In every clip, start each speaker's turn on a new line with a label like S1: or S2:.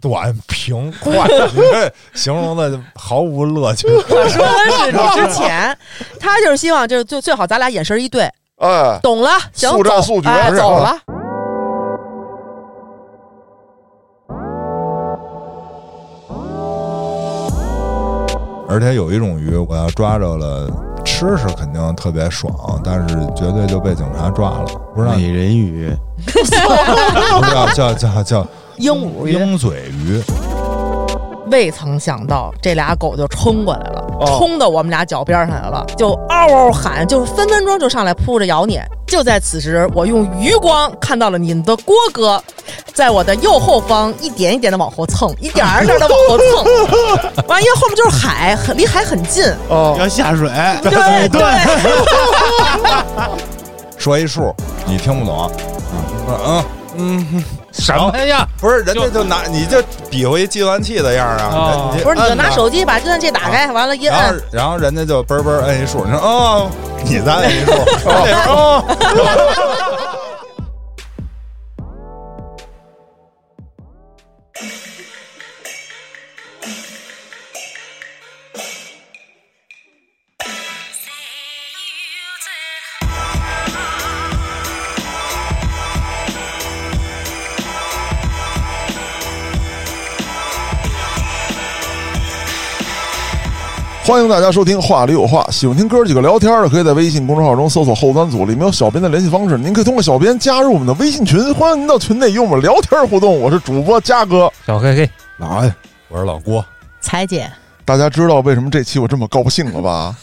S1: 短平快，你这形容的毫无乐趣。
S2: 我说的是你之前，他就是希望就是就最好咱俩眼神一对，
S3: 哎，
S2: 懂了，行，
S3: 速战
S2: 走
S3: 速决
S2: 哎
S3: 是吧
S2: 走了。
S1: 而且有一种鱼，我要抓着了，吃是肯定特别爽，但是绝对就被警察抓了。不知道
S4: 美
S1: 你
S4: 人鱼，
S1: 不知道叫叫叫
S2: 鹦鹉鱼，
S1: 鹰嘴鱼，
S2: 未曾想到这俩狗就冲过来了，
S3: 哦
S2: 冲到我们俩脚边上来了，就嗷嗷喊，就分分钟就上来扑着咬你。就在此时，我用余光看到了你们的郭哥，在我的右后方一点一点的往后蹭，一点儿一点的往后蹭。 完，因为后面就是海，很离海很近。
S3: 哦，
S4: 要下水，
S2: 对对，
S1: 说一数，你听不懂。嗯嗯嗯，什么
S5: 哎呀，
S1: 不是，人家就拿你就比划一计算器的样儿啊
S5: 哦，
S1: 你
S2: 不是你就
S1: 摁
S2: 拿
S1: 呐
S2: 手机把计算器打开，完了一
S1: 然
S3: 啊
S2: 摁
S1: 后，然后人家就嘣嘣摁一数，你说哦，你再摁一数，哦这是哦，
S3: 欢迎大家收听《话里有话》，喜欢听哥几个聊天的，可以在微信公众号中搜索“后端组”，里面有小编的联系方式，您可以通过小编加入我们的微信群，欢迎您到群内与我们聊天互动。我是主播嘉哥，
S5: 小黑黑，
S3: 来、
S1: 我是老郭，
S2: 裁姐，
S3: 大家知道为什么这期我这么高兴了吧？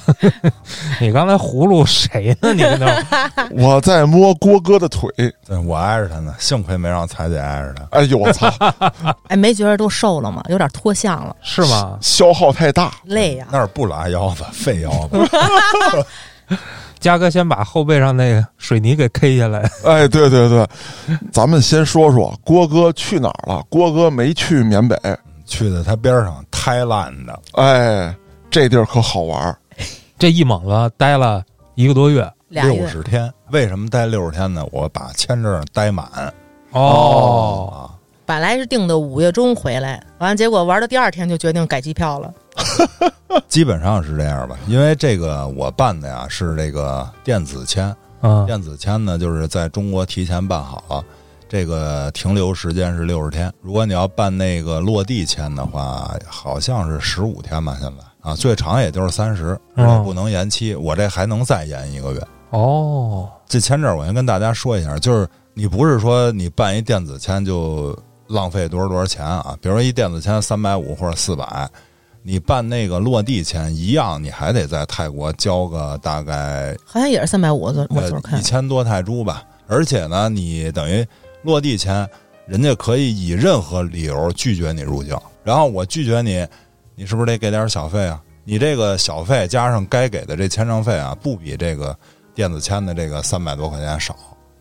S5: 你刚才葫芦谁呢？你在 那儿
S3: 我在摸郭哥的腿，
S1: 对我挨着他呢，幸亏没让彩姐挨着他。
S3: 哎呦我操，
S2: 哎，没觉得都瘦了吗？有点脱相了，
S5: 是吗？
S3: 消耗太大，
S2: 累呀、
S1: 那儿不拉腰子，废腰子。
S5: 嘉哥先把后背上那个水泥给 K 下来，
S3: 哎，对对对，咱们先说说郭哥去哪儿了。郭哥没去缅北，
S1: 去的他边上胎烂的，
S3: 哎，这地儿可好玩儿。
S5: 这一猛子待了一个多月。
S2: 俩
S1: 六
S2: 月
S1: 十天。为什么待六十天呢？我把签证待满
S5: 哦，
S1: 啊，
S2: 本来是定的五月中回来，完结果玩到第二天就决定改机票了。
S1: 啊基本上是这样吧。因为这个我办的呀是这个电子签，
S5: 嗯，
S1: 电子签呢就是在中国提前办好了。这个停留时间是六十天，如果你要办那个落地签的话，好像是十五天吧，现在啊，最长也就是三十，
S5: 嗯
S1: 不能延期。我这还能再延一个月，
S5: 哦，
S1: 这签证我先跟大家说一下，就是你不是说你办一电子签就浪费多少多少钱啊？比如说一电子签三百五或者四百，你办那个落地签一样，你还得在泰国交个大概
S2: 好像也是三百五，我昨我
S1: 呃
S2: 昨儿看
S1: 一千多泰铢吧。而且呢，你等于落地签，人家可以以任何理由拒绝你入境。然后我拒绝你，你是不是得给点小费啊？你这个小费加上该给的这签证费啊，不比这个电子签的这个三百多块钱少。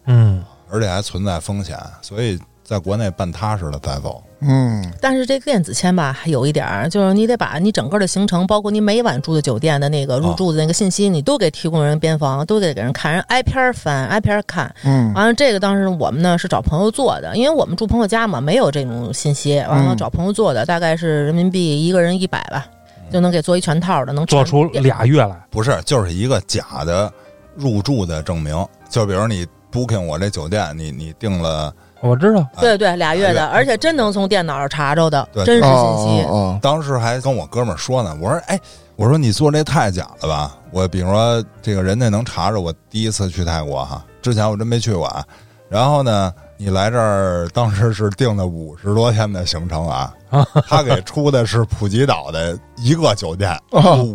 S5: 嗯，
S1: 而且还存在风险，所以在国内办踏实了再走。
S3: 嗯，
S2: 但是这个电子签吧，还有一点儿，就是你得把你整个的行程，包括你每晚住的酒店的那个入住的那个信息，你都给提供人边防，都得给人看，人挨篇儿翻，挨篇儿看。
S3: 嗯
S2: 完了，这个当时我们呢是找朋友做的，因为我们住朋友家嘛，没有这种信息。完了
S3: 嗯
S2: 找朋友做的，大概是人民币一个人一百吧，就能给做一全套的，能
S5: 做
S2: 全
S5: 出俩月来，
S1: 不是，就是一个假的入住的证明。就比如你 booking 我这酒店，你你订了，
S5: 我知道，
S2: 对对俩月
S1: 啊俩
S2: 的，
S1: 月
S2: 而且真能从电脑上查着的
S1: 对
S2: 真实
S3: 啊
S2: 信息
S3: 啊。啊！
S1: 当时还跟我哥们儿说呢，我说哎，我说你做这太假了吧？我比如说这个人家能查着我第一次去泰国哈，之前我真没去过啊。然后呢，你来这儿当时是订了五十多天的行程啊，他给出的是普吉岛的一个酒店，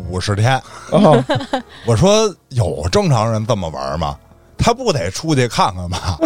S1: 五十天。
S3: 啊
S1: 我说有正常人这么玩吗？他不得出去看看吗？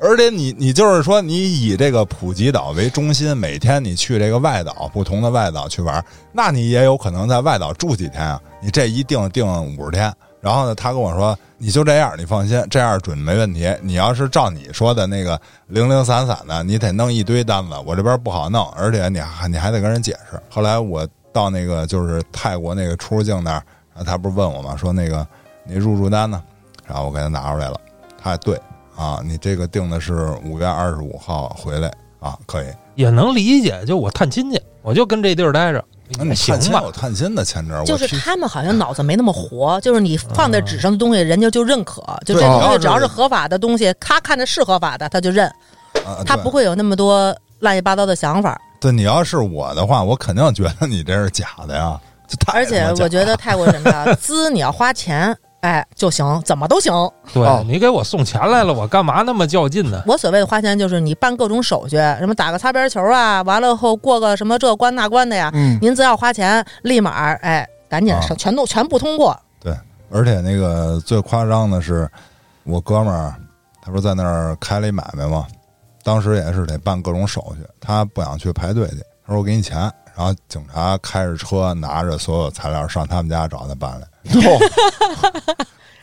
S1: 而且你你就是说，你以这个普吉岛为中心，每天你去这个外岛不同的外岛去玩，那你也有可能在外岛住几天啊。你这一定定五十天，然后呢，他跟我说你就这样，你放心，这样准没问题。你要是照你说的那个零零散散的，你得弄一堆单子，我这边不好弄，而且你还你还得跟人解释。后来我到那个就是泰国那个出入境那儿，然后他不是问我吗？说那个你入住单呢？然后我给他拿出来了，他说对啊，你这个定的是五月二十五号回来啊，可以。
S5: 也能理解。就我探亲去，我就跟这地儿待着，
S1: 那啊你
S5: 也行
S1: 探亲
S5: 吧
S1: 有？探亲的签证，
S2: 就是
S1: 我去哦
S2: 他们好像脑子没那么活，就是你放在纸上的东西，人家就认可，就这
S1: 对
S2: 东
S1: 主要
S2: 西
S1: 是
S2: 只要是合法的东西，他看着是合法的，他就认，
S1: 啊
S2: 他
S1: 对
S2: 不会有那么多乱七八糟的想法。
S1: 对你要是我的话，我肯定觉得你这是假的呀。就太
S2: 而且
S1: 他妈假
S2: 我觉得
S1: 了
S2: 泰国什 么的资你要花钱，哎就行，怎么都行。
S3: 哦
S5: 对你给我送钱来了，我干嘛那么较劲呢？
S2: 我所谓的花钱就是你办各种手续，什么打个擦边球啊，完了后过个什么这关那关的呀，
S3: 嗯，
S2: 您只要花钱，立马儿哎赶紧
S1: 啊
S2: 上，全都全部通过。
S1: 而且那个最夸张的是，我哥们儿他不是在那儿开了一买卖吗？当时也是得办各种手续，他不想去排队去，他说我给你钱。然后警察开着车拿着所有材料上他们家找他办来，
S3: 哟，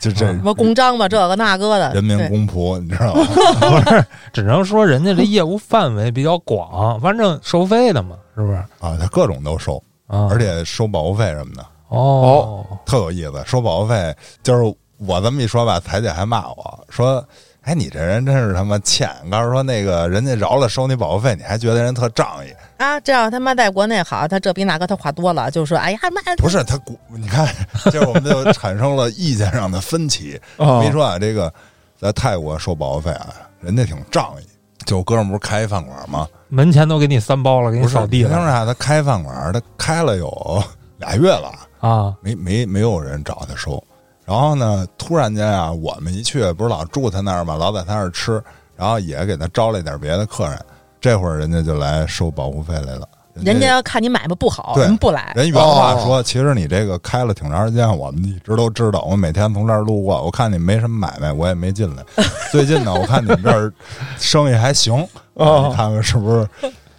S1: 就这
S2: 什么公章吧，这个那个的，
S1: 人民
S2: 呃对
S1: 公仆，你知道吗？
S5: 只能说人家这业务范围比较广，反正收费的嘛，是不是？
S1: 啊，他各种都收，
S5: 啊，
S1: 而且收保护费什么的，
S5: 哦，
S1: 特有意思。收保护费就是我这么一说吧，彩姐还骂我说：“哎，你这人真是他妈欠！”告诉说那个人家饶了收你保护费，你还觉得人特仗义？
S2: 啊，这要他妈在国内好，他这比那个他花多了，就说哎呀妈，
S1: 不是他古，你看， 这我们就产生了意见上的分 歧。
S5: 哦
S3: 啊
S1: 没说啊，这个在泰国收保护费啊，人家挺仗义。就我哥们儿不是开一饭馆吗？
S5: 门前都给你三包了，给你
S1: 不是
S5: 扫地
S1: 当
S5: 了
S1: 然啊他开饭馆，他开了有俩月了。
S5: 啊！
S1: 没没没有人找他收。然后呢，突然间啊，我们一去不是老住他那儿嘛，老在他那儿吃，然后也给他招了一点别的客人。这会儿人家就来收保护费来了。
S2: 人家要看你买卖不好，
S1: 对
S2: 人不来。
S1: 人原
S3: 哦
S1: 话说，其实你这个开了挺长时间，我们一直都知道。我每天从这儿路过，我看你没什么买卖，我也没进来。最近呢，我看你们这儿生意还行，
S3: 哦
S1: 你看看是不是？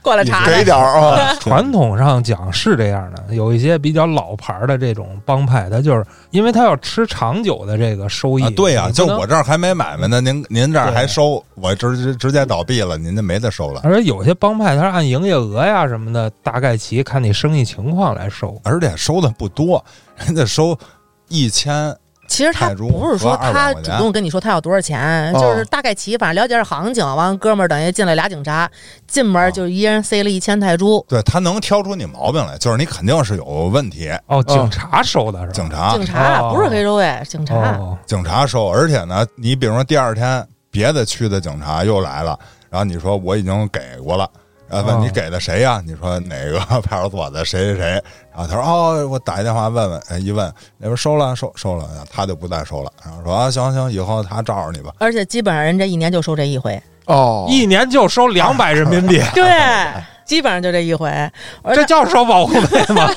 S2: 过来查
S3: 给
S2: 查，
S3: 点儿啊，
S5: 传统上讲是这样的，有一些比较老牌的这种帮派，他就是因为他要吃长久的这个收益。
S1: 啊，对呀、
S5: 你不
S1: 就
S5: 能
S1: 我这儿还没买卖呢，您您这儿还
S5: 对
S1: 收，我直直直接倒闭了，您就没得收了。
S5: 而且有些帮派它是按营业额呀什么的，大概齐看你生意情况来收。
S1: 而且收的不多，人家收一千，
S2: 其实他
S1: 泰铢
S2: 不是说
S1: 和200块
S2: 他主
S1: 钱
S2: 动跟你说他要多少钱，
S3: 哦
S2: 就是大概齐，反正了解点行情。完，哥们儿等于进来俩警察，进
S1: 哦
S2: 门就一人塞了一千泰铢。
S1: 对他能挑出你毛病来，就是你肯定是有问题。
S5: 哦，警察收的是吧？
S1: 嗯警察，
S2: 警察
S5: 哦
S2: 不是黑社会，警察
S5: 哦，
S1: 警察收，而且呢，你比如说第二天别的区的警察又来了，然后你说我已经给过了。然后问
S5: 哦
S1: 你给的谁呀、你说哪个派出所的谁谁谁？然后他说哦，我打一电话问问。哎，一问那边收了收收了，然后他就不再收了。然后说啊，行行，以后他罩着你吧。
S2: 而且基本上人这一年就收这 一回，
S3: 哦，
S5: 一年就收两百人民币，
S2: 对，基本上就这一回。而且
S1: 哎
S5: 这叫收保护费 吗？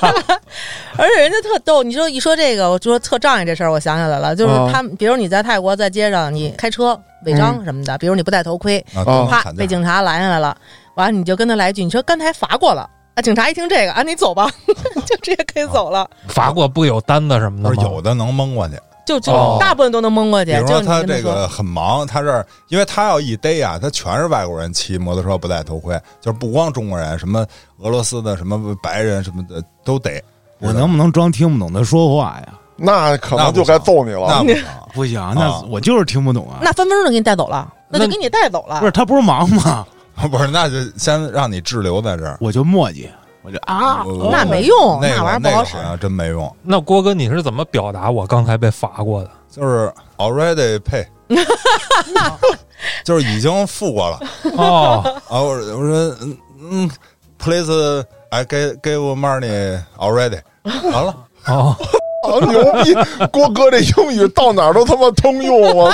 S2: 而且人家特逗，你说一说这个，我就说特仗义这事儿，我想起来了，就是
S1: 哦
S3: 嗯
S2: 他们，比如你在泰国在街上你开车违
S1: 嗯
S2: 章什么的，比如你不戴头盔，
S1: 啊，都能
S2: 啪
S1: 砍价
S2: 被警察拦下来了，完了你就跟他来一句，你说刚才罚过了啊，警察一听这个啊，你走吧， 就直接可以走
S1: 哦
S2: 了，
S5: 法国不有单子什么
S1: 不
S5: 的
S1: 是
S5: 吗？
S1: 有的能蒙过去。
S2: 就
S5: 哦
S2: 就大部分都能蒙过去
S1: 哦比。如
S2: 就
S1: 说
S2: 你
S1: 他
S2: 跟他
S1: 这个
S2: 说，
S1: 很忙，他这儿因为他要一逮啊，他全是外国人骑摩托车不戴头盔，就是不光中国人，什么俄罗斯的、什么白人什么的都逮。
S4: 我能不能装听不懂他说话呀？
S3: 那可能就该揍你了
S1: 那。不行，
S4: 不行，那
S1: 啊
S4: 我就是听不懂啊。
S2: 那分分钟就给你带走了，那就
S5: 那
S2: 给你带走了
S4: 不。是他不是忙吗？
S2: 啊
S1: 不是，那就先让你滞留在这儿。
S4: 我就磨叽，我就啊，
S1: 我
S2: 那没用
S1: 哦那
S2: 哦那
S1: 个
S2: 玩意儿不
S1: 那
S2: 好
S1: 个
S2: 使
S1: 好像真没用，
S5: 那郭哥，你是怎么表达我刚才被罚 过的？
S1: 就是 already pay，就是已经付过了
S5: 哦，
S1: 啊。我我说嗯嗯，please I give give money already，完 了。
S5: 哦，
S3: 啊， 牛逼！郭哥这英语到哪儿都他妈通用啊！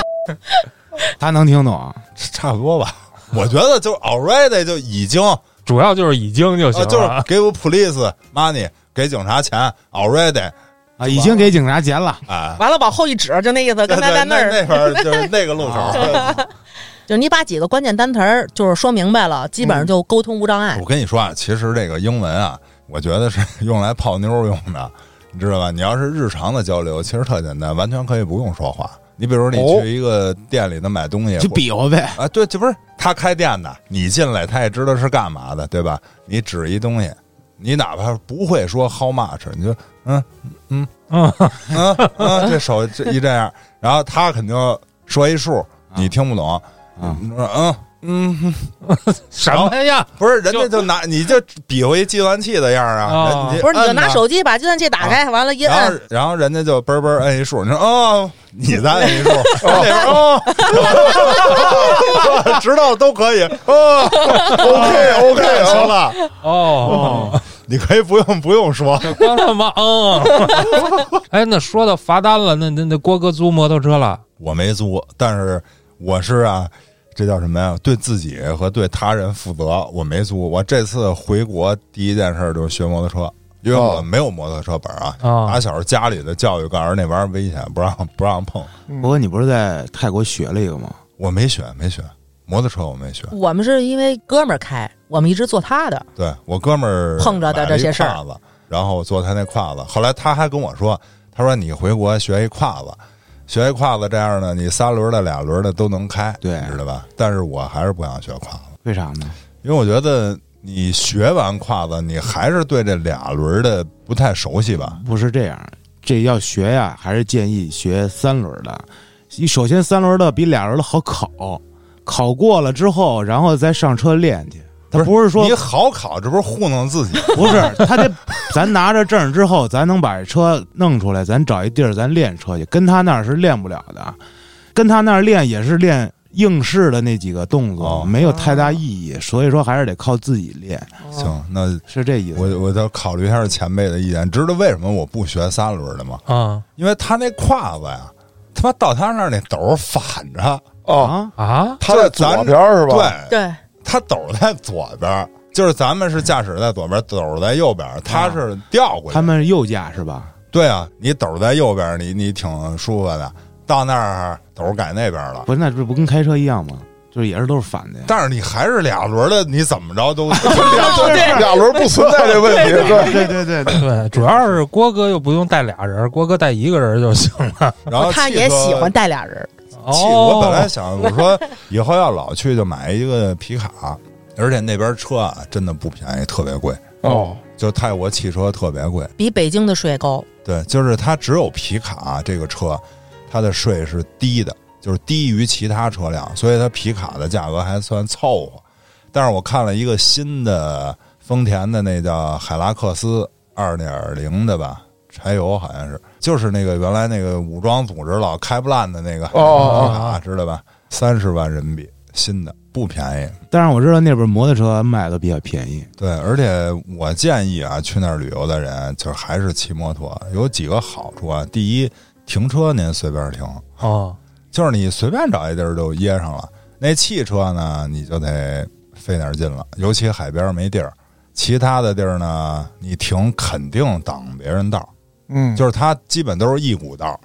S4: 他能听懂。啊
S1: 差不多吧。我觉得就 already 就已经，呃
S5: 主要就是已经就行了，
S1: 哦就是给我 police money，给警察钱 already，
S4: 啊，已经给警察钱了，
S1: 哎，
S2: 完了，往后一指，就那意思，
S1: 对
S2: 刚 才
S1: 对
S2: 在那儿，哦
S1: 那边儿就是那个路口。
S2: 就是你把几个关键单词儿就是说明白了，基
S1: 嗯
S2: 本上就沟通无障碍
S1: 我。跟你说啊，其实这个英文啊，我觉得是 用来泡妞用的，你知道吧？你要是日常的交流，其实特简单，完全可以不用说话。你比如你
S3: 哦
S1: 去一个店里头买东西，
S4: 就
S1: 或
S4: 比划呗。
S1: 啊，对，这不是他开店的，你进来他也知道是干嘛的，对吧？你指一东西，你哪怕不会说 how much，你就嗯嗯嗯嗯嗯，这手这一这样，然后他肯定说一数，你听不懂，
S4: 嗯
S1: 你说嗯嗯嗯，
S5: 什么呀？
S1: 不是，人家就拿你就比划一计算器的样儿啊
S5: 啊，
S1: 人家
S2: 不是，你就拿
S1: 摁呐啊
S2: 手机把计算器打开，完了一
S1: 然
S2: 摁
S1: 后，然后人家就嘣嘣摁一数，你说哦，你再摁一 数，那边哦， 直到都可以哦
S3: OK OK，
S1: ，OK，行 了，
S5: 哦，
S1: 你可以不用不用说，
S5: 这光他妈 嗯。哎，那说到罚单了，那那那郭哥租摩托车了，
S1: 我没租，但是我是啊，这叫什么呀？对自己和对他人负责。我没租，我这次回国第一件事就是学摩托车，因为
S3: 哦
S1: 我没有摩托车本啊。
S5: 哦
S1: 打小家里的教育告诉那玩意儿危险，不让不让碰。
S4: 不过你不是在泰国学了一个吗？
S1: 我没学，没学摩托车，我没学。
S2: 我们是因为哥们儿开，我们一直坐他的，
S1: 对我哥们儿
S2: 碰着的这些事儿
S1: 买了一挎子，然后做他那挎子。后来他还跟我说，他说你回国学一挎子，学一挎子这样呢，你三轮的、俩轮的都能开，
S4: 对
S1: 你知道吧？但是我还是不想学挎子，
S4: 为啥呢？
S1: 因为我觉得你学完挎子，你还是对这俩轮的不太熟悉吧？
S4: 不是这样，这要学呀，还是建议学三轮的。一首先，三轮的比俩轮的好考，考过了之后，然后再上车练去。他不是说
S1: 你好考，这不是糊弄自己？
S4: 不是，他得咱拿着证之后，咱能把这车弄出来，咱找一地儿咱练车去。跟他那儿是练不了的，跟他那儿练也是练应试的那几个动作，
S1: 哦
S4: 没有太大意义。所以说还是得靠自己练，
S1: 行，那
S4: 是这意思。
S1: 我我得考虑一下前辈的意见。知道为什么我不学三轮的吗？
S5: 啊
S1: 因为他那挎子呀，他妈到他那儿那斗儿反着。
S3: 哦，
S4: 啊，
S5: 啊！
S3: 他在
S1: 就是咱
S3: 左边儿是吧？
S1: 对，
S2: 对，
S1: 他斗儿在左边儿，就是咱们是驾驶在左边儿，斗儿在右边儿，他是调过去。
S4: 啊他们右驾是吧？
S1: 对啊，你斗儿在右边儿，你你挺舒服的，到那儿斗儿改那边儿了。
S4: 不是，那这不跟开车一样吗？就是也是都是反的呀。
S1: 但是你还是俩轮儿的，你怎么着 都
S2: 对
S3: 哎俩轮不存在这问题，对，
S4: 对对对对，
S5: 对， 主要是郭哥又不用带俩人，郭哥带一个人就行了。
S1: 然后
S2: 他
S1: 汽
S2: 也
S1: 车
S2: 喜欢带俩人，
S1: 汽，
S5: 哦，
S1: 我本来想我说以后要老去就买一个皮卡，而且那边车啊真的不便宜，特别贵。
S3: 哦，
S1: 就泰国汽车特别贵，
S2: 比北京的税高。
S1: 对，就是它只有皮卡啊这个车，它的税是低的，就是低于其他车辆，所以它皮卡的价格还算凑合。但是我看了一个新的丰田的那叫海拉克斯二点零的吧，柴油好像是，就是那个原来那个武装组织老开不烂的那个皮
S3: 哦
S1: 卡，啊知道吧？三十万人民币，新的不便宜。
S4: 但是我知道那边摩托车卖的比较便宜。
S1: 对，而且我建议啊，去那儿旅游的人，就是还是骑摩托，有几个好处啊。第一，停车您随便停，
S5: 哦，
S1: 就是你随便找一地儿就噎上了。那汽车呢，你就得费点劲了，尤其海边没地儿，其他的地儿呢，你停肯定挡别人道儿，
S3: 嗯，
S1: 就是它基本都是一股道儿。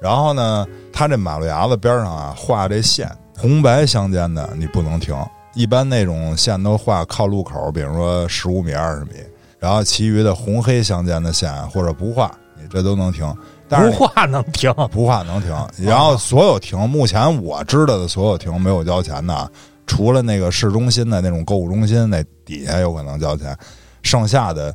S1: 然后呢，它这马路牙子边上啊画这线，红白相间的你不能停，一般那种线都画靠路口，比如说十五米、二十米，然后其余的红黑相间的线啊或者不画，你这都能停。但是
S5: 不
S1: 你
S5: 话能 停。
S1: 不画能停。然后所有停，目前我知道的所有停没有交钱的啊，除了那个市中心的那种购物中心那底下有可能交钱，剩下的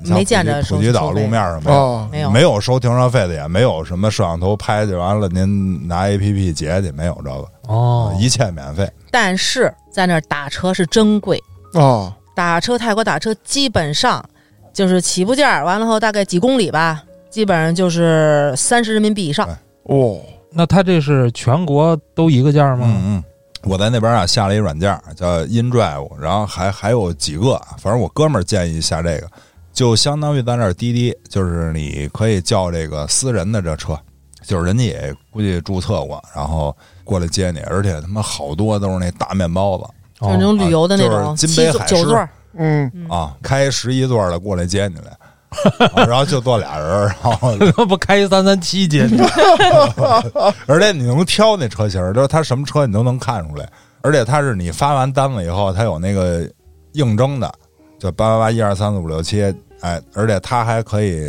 S1: 你像
S2: 没见
S1: 普
S2: 着
S1: 吉
S2: 收
S1: 普吉岛
S2: 收费
S1: 路面上没有。
S3: 哦，
S2: 没有
S1: 没有收停车费的，也没有什么摄像头拍就完了，您拿 A P P 截去，没有这个，
S5: 哦，
S1: 一切免费。
S2: 但是在那儿打车是真贵，
S3: 哦，
S2: 打车泰国打车基本上就是起步价，完了后大概几公里吧，基本上就是三十人民币以上
S1: 哎。
S3: 哦，
S5: 那他这是全国都一个价
S1: 嗯
S5: 吗？
S1: 嗯，我在那边啊下了一软件叫 InDrive，然后还还有几个，反正我哥们儿建议下这个，就相当于咱这儿滴滴，就是你可以叫这个私人的这车，就是人家也估计注册过，然后过来接你，而且他妈好多都是那大面包子
S5: 哦
S2: 就是那种旅游的那
S1: 啊
S2: 种
S1: 就是
S2: 七
S1: 金杯
S2: 座
S1: 海狮
S2: 九座儿，
S3: 嗯，
S1: 啊，开十一座的过来接你来。啊然后就坐俩人儿，然后
S5: 哦不开三三七去？
S1: 而且你能挑那车型儿，就是它什么车你都能看出来，而且它是你发完单子以后，它有那个应征的，就八八八一二三四五六七，哎，而且它还可以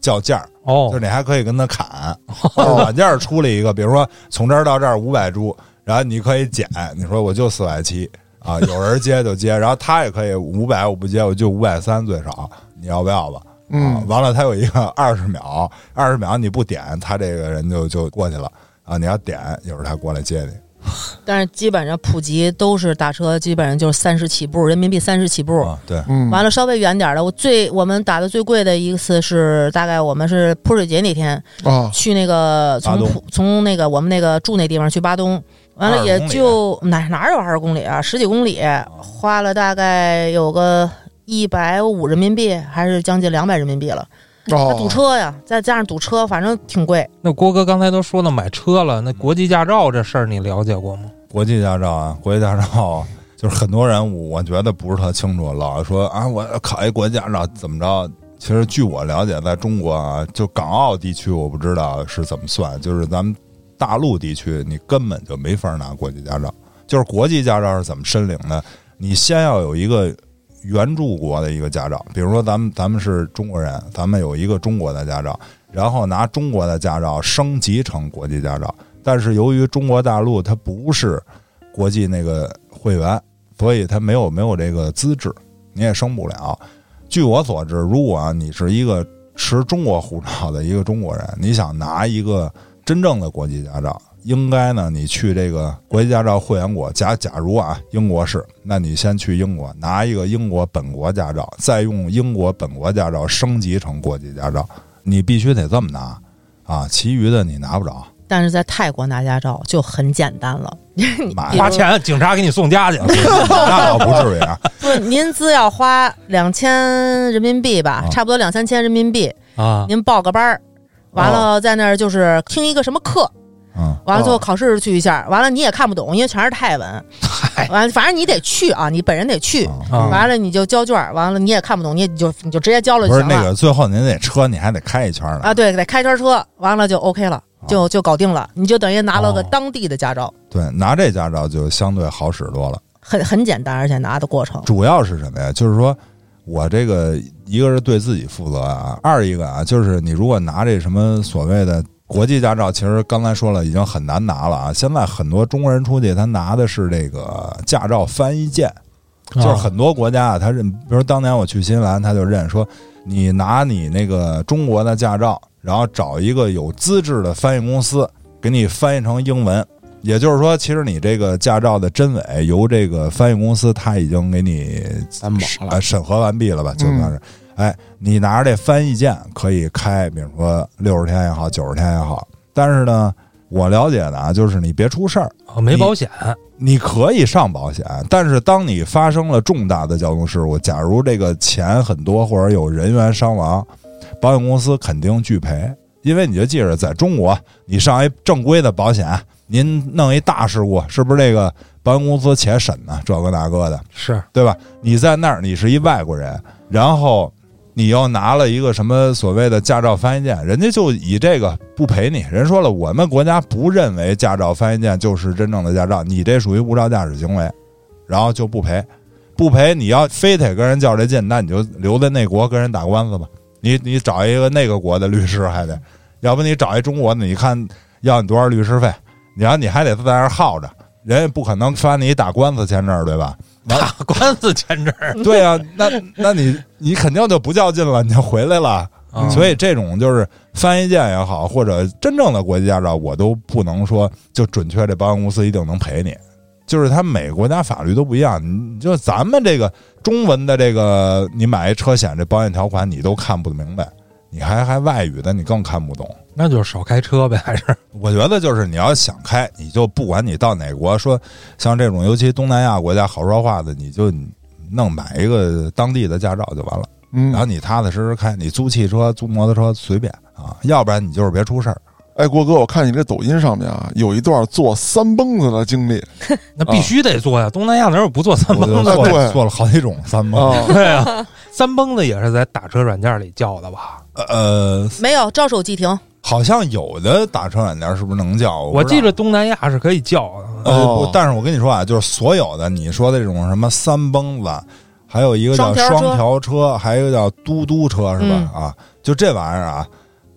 S1: 叫价儿，就
S5: 哦
S1: 是，你还可以跟它砍。 软件儿出了一个，比如说从这儿到这儿五百株，然后你可以减，你说我就四百七啊，有人接就接，然后他也可以五百我不接，我就五百三最少，你要不要吧？啊，完了，他有一个 二十秒，二十秒你不点，他这个人就就过去了啊！你要点，一会儿他过来接你。
S2: 但是基本上普及都是打车，基本上就是三十起步，人民币三十起步。
S1: 啊，对，
S3: 嗯，
S2: 完了，稍微远点儿的，我最我们打的最贵的一次是大概我们是泼水节那天
S3: 啊，
S2: 去那个从
S1: 巴东
S2: 普从那个我们那个住那地方去巴东，完了也就哪哪有二十公里啊，十几公里，花了大概有个一百五人民币，还是将近两百人民币了。那
S3: 哦，
S2: 堵车呀，再加上堵车，反正挺贵。
S5: 那郭哥刚才都说了买车了，那国际驾照这事儿你了解过吗？
S1: 国际驾照啊，国际驾照 就是很多人我我觉得不是特清楚，老说啊我要考一国际驾照怎么着。其实据我了解，在中国啊，就港澳地区我不知道是怎么算，就是咱们大陆地区你根本就没法拿国际驾照。就是国际驾照是怎么申领的？你先要有一个原住国的一个驾照，比如说咱们咱们是中国人，咱们有一个中国的驾照，然后拿中国的驾照升级成国际驾照。但是由于中国大陆它不是国际那个会员，所以他没有没有这个资质，你也升不了。据我所知，如果啊你是一个持中国护照的一个中国人，你想拿一个真正的国际驾照，应该呢你去这个国际驾照会员国，假假如啊英国是，那你先去英国拿一个英国本国驾照，再用英国本国驾照升级成国际驾照，你必须得这么拿啊，其余的你拿不着。
S2: 但是在泰国拿驾照就很简单了，你
S1: 买
S2: 比如
S5: 花钱，警察给你送家去。
S1: 啊那倒不至于啊，
S2: 不，您资要花两千人民币吧
S1: 啊，
S2: 差不多两三千人民币，
S5: 啊，
S2: 您报个班儿，完了在那儿就是听一个什么课，
S1: 嗯。
S2: 完了最后考试去一下，完了你也看不懂，因为全是泰文，完了反正你得去啊，你本人得去，
S1: 哦嗯
S5: 啊
S2: 完了你就交卷儿，完了你也看不懂，你也你就你就直接交了就
S1: 不是
S2: 行
S1: 那
S2: 了
S1: 个，最后您那车你还得开一圈呢。
S2: 啊，对，得开圈车，完了就 OK 了，就就搞定了，你就等于拿了个
S5: 哦
S2: 当地的驾照，
S1: 对，拿这驾照就相对好使多了。
S2: 很很简单，而且拿的过程。
S1: 主要是什么呀？就是说我这个一个是对自己负责啊，二一个啊，就是你如果拿这什么所谓的国际驾照，其实刚才说了已经很难拿了啊。现在很多中国人出去，他拿的是这个驾照翻译件，就是很多国家啊，他认，比如当年我去新西兰，他就认说，你拿你那个中国的驾照，然后找一个有资质的翻译公司给你翻译成英文。也就是说，其实你这个驾照的真伪由这个翻译公司他已经给你
S4: 三毛了
S1: 呃，审核完毕了吧，就算是。哎，你拿着这翻译件可以开，比如说六十天也好，九十天也好。但是呢，我了解的啊，就是你别出事儿，
S5: 哦没保险，
S1: 你可以上保险，但是当你发生了重大的交通事故，假如这个钱很多或者有人员伤亡，保险公司肯定拒赔，因为你就记着，在中国你上一正规的保险，您弄一大事故，是不是这个保险公司且审呢？这个那个的，
S5: 是
S1: 对吧？你在那儿，你是一外国人，然后你又拿了一个什么所谓的驾照翻译件，人家就以这个不赔你。人说了，我们国家不认为驾照翻译件就是真正的驾照，你这属于无照驾驶行为，然后就不赔。不赔，你要非得跟人较这劲，那你就留在那国跟人打官司吧。你你找一个那个国的律师还得，要不你找一中国的，你看要你多少律师费，然后你还得在那儿耗着，人也不可能发你一打官司签证，对吧？
S5: 打官司签证儿
S1: 对呀、那那你你肯定就不较劲了，你就回来了。
S5: 啊
S1: 所以这种就是翻译件也好，或者真正的国际驾照，我都不能说就准确这保险公司一定能赔你。就是他每个国家法律都不一样，你就咱们这个中文的这个，你买一车险这保险条款你都看不明白，你还还外语的你更看不懂。
S5: 那就是少开车呗，还是
S1: 我觉得就是你要想开，你就不管你到哪国，说像这种尤其东南亚国家好说话的，你就弄买一个当地的驾照就完了。
S3: 嗯
S1: 然，后你踏踏实实开，你租汽车、租摩托车随便
S5: 嗯
S1: 啊，要不然你就是别出事 儿。
S3: 哎，郭哥，我看你这抖音上面啊，有一段坐三蹦子的经历
S5: 那必须得做呀。东南亚哪有不做三
S1: 啊我就
S5: 蹦
S1: 做
S5: 子的？
S1: 了做了好几种三蹦，
S3: 啊，
S5: 对啊，三蹦子也是在打车软件里叫的吧？
S1: 呃，
S2: 没有招手即停，
S1: 好像有的打车软件是不是能叫？我
S5: 我
S1: 不知道
S5: 记着东南亚是可以叫的。
S1: 呃，
S3: 哦
S1: 不但是我跟你说啊，就是所有的你说的这种什么三蹦子，还有一个叫
S2: 双条车嗯
S1: 双条车，还有一个叫嘟嘟车，是吧？啊，就这玩意儿啊，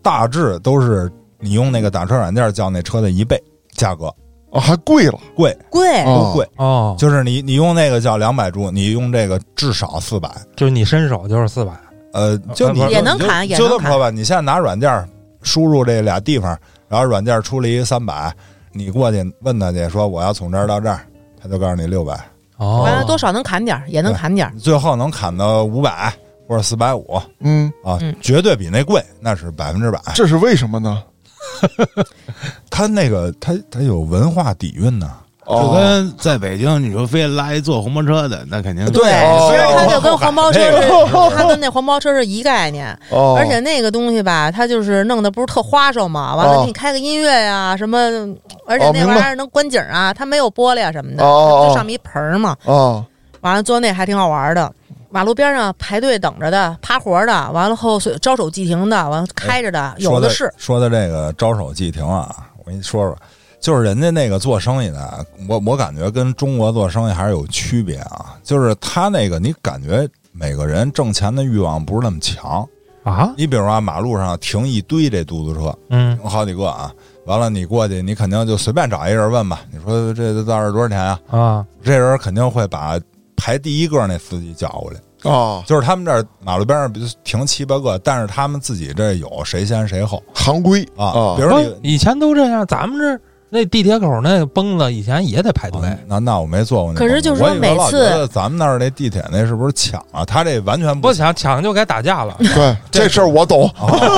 S1: 大致都是你用那个打车软件叫那车的一倍价格，
S3: 啊还贵了，
S1: 贵
S2: 贵，
S1: 都贵。
S5: 哦，
S1: 就是你你用那个叫两百铢，你用这个至少四百。
S5: 就是你伸手就是四百，
S1: 呃，就你
S2: 也能
S1: 你就
S2: 砍也
S1: 就
S2: 能
S1: 这么说吧，你现在拿软件输入这俩地方，然后软件出了一个三百，你过去问他去，说我要从这儿到这儿，他就告诉你六百，
S5: 哦，
S2: 完了多少能砍点儿，也能砍点儿。
S1: 最后能砍到五百或者四百五
S3: 嗯，
S1: 啊
S2: 嗯，
S1: 绝对比那贵，那是百分之百。
S3: 这是为什么呢？
S1: 他那个他他有文化底蕴呢，
S4: 就
S3: 哦，
S4: 跟在北京，你说非拉一坐黄包车的，那肯定
S1: 对
S3: 哦
S2: 其实它就跟黄包车
S1: 那
S2: 是，它跟那黄包车是一概念。
S3: 哦
S2: 而且那个东西吧，它就是弄的不是特花哨嘛，完
S3: 哦
S2: 了给你开个音乐呀、什么，而且那
S3: 哦明白
S2: 玩意儿能观景啊，它没有玻璃啊什么的，
S3: 哦哦
S2: 就上面一盆儿嘛。
S3: 哦，
S2: 完了坐那还挺好玩的，马路边上排队等着的，趴活的，完了后随招手即停的，完了开着
S3: 哎
S2: 的，有
S1: 说
S2: 的
S1: 的
S2: 是。
S1: 说的这个招手即停啊，我跟你说说，就是人家那个做生意的，我我感觉跟中国做生意还是有区别啊。就是他那个，你感觉每个人挣钱的欲望不是那么强。
S5: 啊，
S1: 你比如说、啊、马路上停一堆这嘟嘟车，
S5: 嗯，
S1: 停好几个啊。完了，你过去，你肯定就随便找一人问吧。你说这到底多少钱啊？
S5: 啊，
S1: 这人肯定会把排第一个那司机叫过来。
S3: 哦，
S1: 就是他们这儿马路边上，比如停七八个，但是他们自己这有谁先谁后
S3: 行规
S1: 啊。比如
S5: 不
S1: 说
S5: 是
S1: 你
S5: 以前都这样，咱们这儿那地铁口那蹦子以前也得排队，
S1: 哦那那我没坐过那种。
S2: 可是就是说
S1: 我以为
S2: 每
S1: 老
S2: 次
S1: 觉得咱们那儿那地铁那是不是抢啊？他这完全
S5: 不
S1: 行。
S5: 抢抢就该打架了，
S3: 对，这事儿我懂。
S1: 哦哦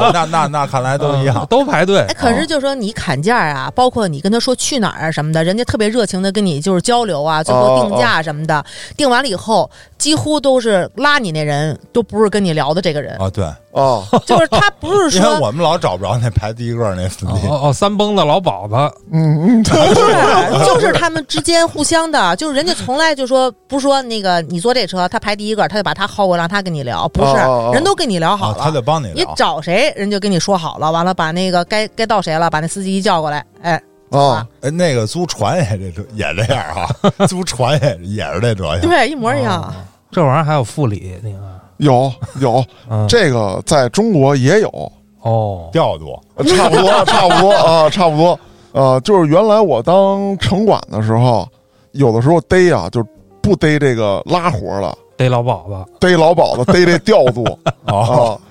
S1: 哦那那那看来 都一样
S5: 嗯。都排 队
S2: 哎，，
S3: 哦
S2: 可是就说你砍价啊，包括你跟他说去哪儿啊什么的，人家特别热情的跟你就是交流啊，最后定价什么
S3: 哦
S2: 的，定完了以后，几乎都是拉你那人都不是跟你聊的这个人，
S5: 嗯
S1: 啊，对，
S3: 哦，
S2: 就是他不是
S1: 因为
S2: 说
S1: 我们老找不着那排第一个那司
S5: 哦
S1: 机。
S5: 哦，三蹦子老鸨子，
S3: 嗯嗯，
S2: 对， 就是他们之间互相的，就是人家从来就说不是说那个你坐这车，他排第一个，他就把他薅过来让他跟你聊，不是
S3: 哦哦哦，
S2: 人都跟你聊好
S1: 啊，他
S2: 了。
S1: 得帮你
S2: 你
S1: 聊。
S2: 找谁，人就跟你说好了，完了把那个该该到谁了，把那司机一叫过来，哎，
S3: 哦，
S1: 哎，那个租船也这也这样 啊，租船也也是这德行。
S2: 对，一模一
S3: 哦
S2: 样。
S5: 这玩意儿还有副理，你看，
S3: 有有，
S5: 嗯，
S3: 这个在中国也有，
S5: 哦，
S1: 调度
S3: 差不多， 差不多啊，差不多。呃，就是原来我当城管的时候，有的时候逮啊，就不逮这个拉活了，
S5: 逮老鸨子，
S3: 逮老鸨子，逮这调度
S1: 哦，
S3: 啊。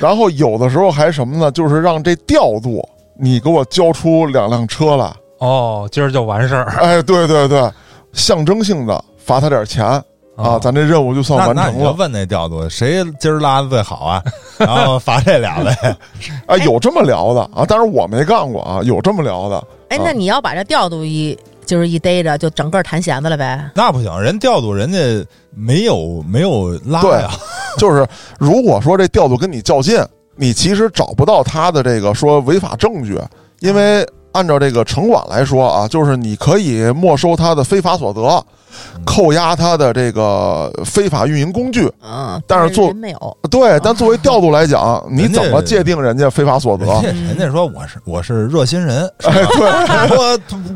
S3: 然后有的时候还什么呢？就是让这调度你给我交出两辆车来。
S5: 哦，今儿就完事
S1: 啊
S5: 儿
S3: 哎，对对对，象征性的罚他点钱
S5: 哦
S3: 啊，咱这任务就算
S1: 那
S3: 完
S1: 那你
S3: 成
S1: 就
S3: 了。
S1: 问那调度谁今儿拉的最好啊？然后罚这俩呗。
S3: 哎，有这么聊的啊，当然我没干过啊，有这么聊的。
S2: 哎，
S3: 啊
S2: 那你要把这调度一就是一逮着，就整个弹弦子了呗？
S1: 那不行，人调度人家没有没有拉
S3: 对
S1: 呀。
S3: 就是如果说这调度跟你较劲，你其实找不到他的这个说违法证据，因为按照这个城管来说啊，就是你可以没收他的非法所得，扣押他的这个非法运营工具。
S2: 嗯，
S3: 但是做
S2: 人没有，
S3: 对，但作为调度来讲，你
S1: 人家
S3: 怎么界定人家非法所得
S1: 人？家人家说我是我是热心人，
S3: 哎，对，
S1: 说他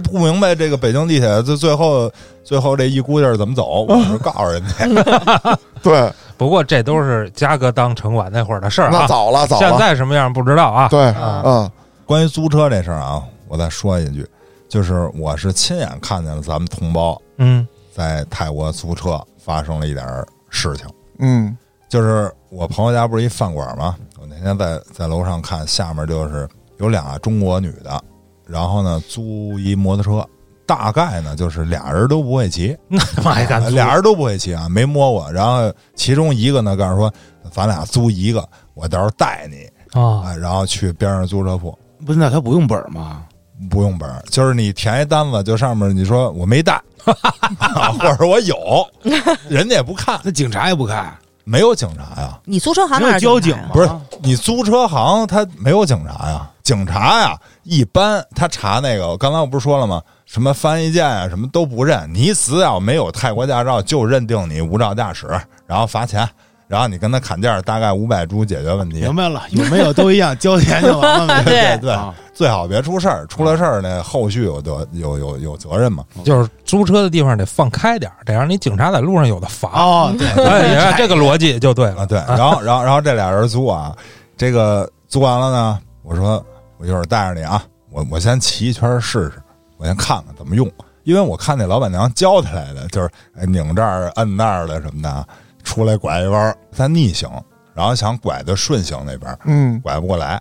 S1: 不不明白这个北京地铁最最后最后这一姑爷怎么走，我是告诉人家，
S3: 对，
S5: 不过这都是嘉哥当城管那会儿的事儿
S3: 那
S5: 啊，
S3: 早了，早
S5: 现
S3: 了，
S5: 在什么样不知道啊，
S3: 对，
S2: 啊
S3: 嗯，
S1: 关于租车这事儿啊，我再说一句，就是我是亲眼看见了咱们同胞
S5: 嗯，
S1: 在泰国租车发生了一点儿事情，
S3: 嗯，
S1: 就是我朋友家不是一饭馆吗？我那天在在楼上看，下面就是有俩中国女的，然后呢租一摩托车，大概呢就是俩人都不会骑，呃
S5: 那他妈还敢租
S1: 俩人都不会骑啊，没摸过。然后其中一个呢告诉说，咱俩租一个，我到时候带你
S5: 啊，
S1: 啊，然后去边上租车铺，
S4: 不是那他不用本儿吗？
S1: 不用本儿，就是你填一单子，就上面你说我没带， 啊或者我有， 人家也不看，
S4: 那警察也不开，
S1: 没有警察呀、
S2: 你租车行
S4: 没
S2: 哪
S4: 有
S2: 儿啊
S4: 交
S2: 警
S4: 警
S2: 察呀
S4: 吗？
S1: 不是你租车行，他没有警察呀，警察呀，一般他查那个，我刚才我不是说了吗？什么翻译件啊，什么都不认。你只要没有泰国驾照，就认定你无照驾驶，然后罚钱，然后你跟他砍价，大概五百铢解决问题
S4: 明。白了，有没有都一样，交钱就完 了呗。
S1: 对
S2: 对
S1: 对
S4: 啊，
S1: 最好别出事儿，出了事儿呢，后续有责有有有责任嘛。
S5: 就是租车的地方得放开点儿，得让你警察在路上有的罚，
S4: 哦，对，
S5: 哎
S4: 对
S5: 呀，这个逻辑就对
S1: 啊，
S5: 了，
S1: 对，然后然后然后这俩人租啊，这个租完了呢，我说我一会儿带着你啊，我我先骑一圈试试，我先看看怎么用，因为我看那老板娘教他来的，就是哎拧这儿摁那儿的什么的啊，出来拐一弯儿，他逆行，然后想拐到顺行那边儿，
S3: 嗯，
S1: 拐不过来，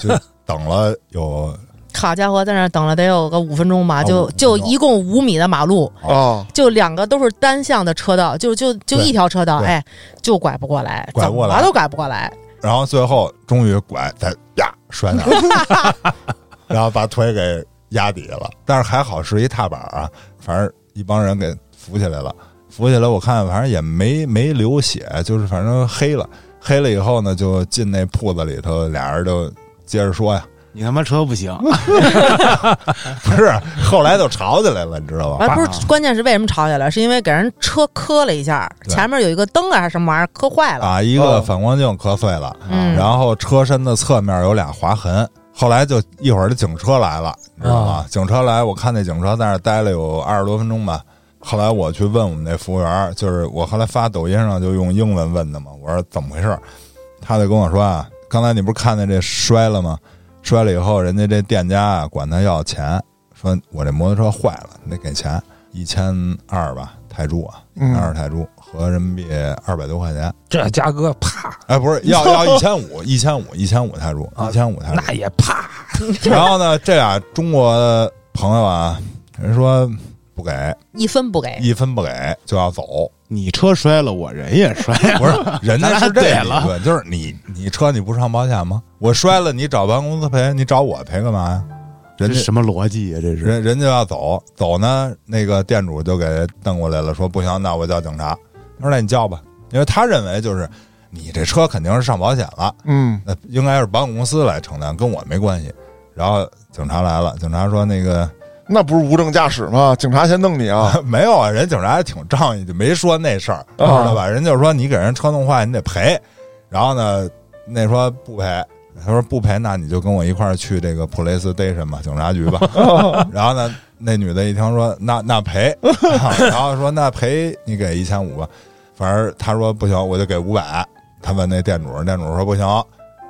S1: 就等了有
S2: 好家伙，在那儿等了得有个五分钟
S3: 哦
S2: 吧，
S1: 啊五
S2: 就
S1: 分钟
S2: 就一共五米的马路，
S3: 啊，
S2: 就两个都是单向的车道，就就就
S1: 对
S2: 一条车道，
S1: 对
S2: 哎，就拐不过来，
S1: 拐不过来
S2: 怎么都拐不过来。
S1: 然后最后终于拐，再呀摔那儿，然后把腿给压底下了。但是还好是一踏板啊，反正一帮人给扶起来了。扶起来，我看反正也没没流血，就是反正黑了。黑了以后呢，就进那铺子里头，俩人就接着说呀，
S4: 你他妈车不行，啊
S1: 不是，后来就吵起来了，你知道吧？
S2: 完不是，关键是为什么吵起来？是因为给人车磕了一下，
S1: 对
S2: 前面有一个灯啊还是什么玩意儿磕坏了。
S1: 啊，一个反光镜磕碎了，
S2: 嗯，
S1: 然后车身的侧面有俩划痕。后来就一会儿，警车来了，你知道吗？警车来，我看那警车在那儿待了有二十多分钟吧。后来我去问我们那服务员，就是我后来发抖音上就用英文问的嘛，我说怎么回事？他就跟我说啊，刚才你不是看见这摔了吗？摔了以后，人家这店家啊管他要钱，说我这摩托车坏了，你得给钱，一千二吧泰铢啊，一千二泰铢合人民币二百多块钱。
S5: 这嘉哥啪，
S1: 哎，不是要要一千五，一千五，一千五泰铢，
S5: 啊
S1: 一千五泰铢。
S5: 那也啪，
S1: 然后呢，这俩中国朋友啊，人说不给，
S2: 一分不给。
S1: 一分不给就要走。
S4: 你车摔了，我人也摔 了。
S1: 不是，人家是这
S4: 咱俩对
S1: 理
S4: 了
S1: 论，就是你你车你不上保险吗？我摔了，你找保险公司赔，你找我赔干嘛呀？人
S4: 这
S1: 家
S4: 什么逻辑呀、这是
S1: 人人家要走，走呢，那个店主就给瞪过来了，说不行，那我叫警察。他说那你叫吧，因为他认为就是你这车肯定是上保险了。
S3: 嗯，
S1: 那应该是保险公司来承担，跟我没关系。然后警察来了，警察说那个
S3: 那不是无证驾驶吗？警察先弄你啊！
S1: 没有啊，人警察还挺仗义，就没说那事儿，知道吧？人就说你给人车弄坏，你得赔。然后呢，那说不赔，他说不赔，那你就跟我一块儿去这个 police station 吧，警察局吧。然后呢，那女的一听说那那赔， 然后说那赔你给一千五吧，反正他说不行，我就给五百。他问那店主，店主说不行，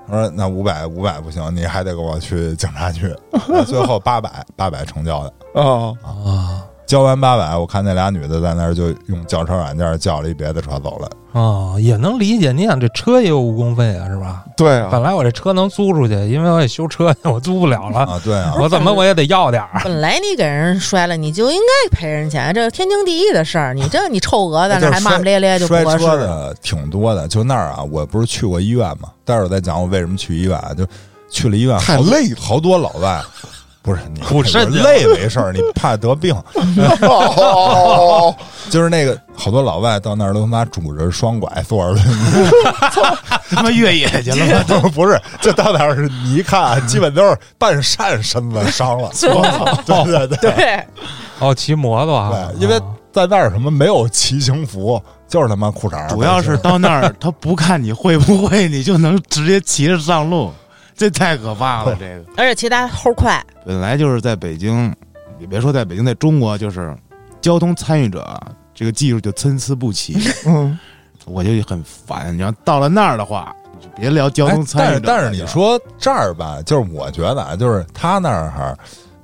S1: 他说那五百五百不行，你还得给我去警察局。最后八百八百成交的。
S3: 啊，
S1: 交完八百，我看那俩女的在那儿就用叫车软件叫了一别的车走了。
S5: 哦，也能理解。你想这车也有误工费啊，是吧？
S3: 对啊，
S5: 本来我这车能租出去，因为我也修车去，我租不了了，
S1: 啊，对啊，
S5: 我怎么我也得要点儿。
S2: 本来你给人摔了，你就应该赔人钱，这是天经地义的事儿。你这你臭鹅在
S1: 哎就
S2: 那
S1: 是
S2: 儿还骂骂咧咧就不
S1: 摔
S2: 合适
S1: 车。的挺多的，就那儿啊，我不是去过医院嘛，待会儿再讲我为什么去医院啊，就去了医院，
S3: 太
S1: 好多
S3: 累了
S1: 好多老外。不是你
S5: 苦肾
S1: 我
S5: 去了
S1: 累没事儿，你怕得病，
S3: 哦哦哦
S1: 就是那个好多老外到那儿都他妈拄着双拐坐着轮
S4: 他妈越野去了 吗？
S1: 椅，不是，就到那儿你一看，基本都是半扇身子伤了，对对对，
S2: 对，
S5: 哦，骑摩托啊，
S1: 对，因为
S5: 哦
S1: 在那儿什么没有骑行服，就是他妈裤衩儿。哎
S4: 主要是到那儿，他不看你会不会，你就能直接骑着上路，这太可怕了。这个
S2: 而且其他齁快，
S4: 本来就是在北京，你别说在北京，在中国就是交通参与者啊这个技术就参差不齐，
S3: 嗯，
S4: 我就很烦。你要到了那儿的话，就别聊交
S1: 哎
S4: 通
S1: 但
S4: 参与
S1: 是
S4: 者了、
S1: 但是你说这儿吧，就是我觉得啊，就是他那儿哈，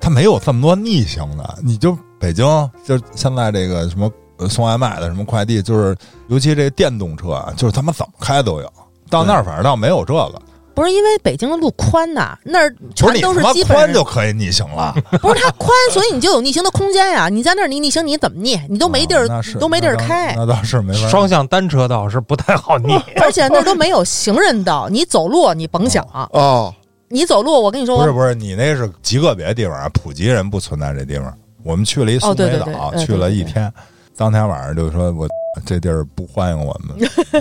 S1: 他没有这么多逆行的。你就北京，就是现在这个什么呃送外卖的什么快递，就是尤其这电动车啊，就是他妈怎么开都有。到那儿反正倒没有这个，
S2: 不是因为北京的路宽呐，那儿
S1: 不是
S2: 全
S1: 你
S2: 都
S1: 他
S2: 是
S1: 妈
S2: 基本
S1: 宽
S2: 上
S1: 就可以逆行了，
S2: 不是它宽，所以你就有逆行的空间呀。你在那儿你逆行，你怎么逆？你都没地
S1: 啊
S2: 儿
S1: 那是，
S2: 都没地儿
S1: 那倒
S2: 开。
S1: 那倒是没法。
S5: 双向单车道是不太好逆。
S2: 而且那儿都没有行人道，你走路你甭想，啊
S3: 哦，
S2: 你走路我跟你说，
S1: 不是
S2: 我
S1: 不是，你那是极个别地方啊，普及人不存在这地方。我们去了一
S2: 哦
S1: 苏
S2: 对
S1: 梅
S2: 对
S1: 岛，
S2: 对嗯
S1: 去
S2: 对
S1: 了
S2: 对
S1: 一
S2: 对
S1: 天，当天晚上就说我 这地儿不欢迎我们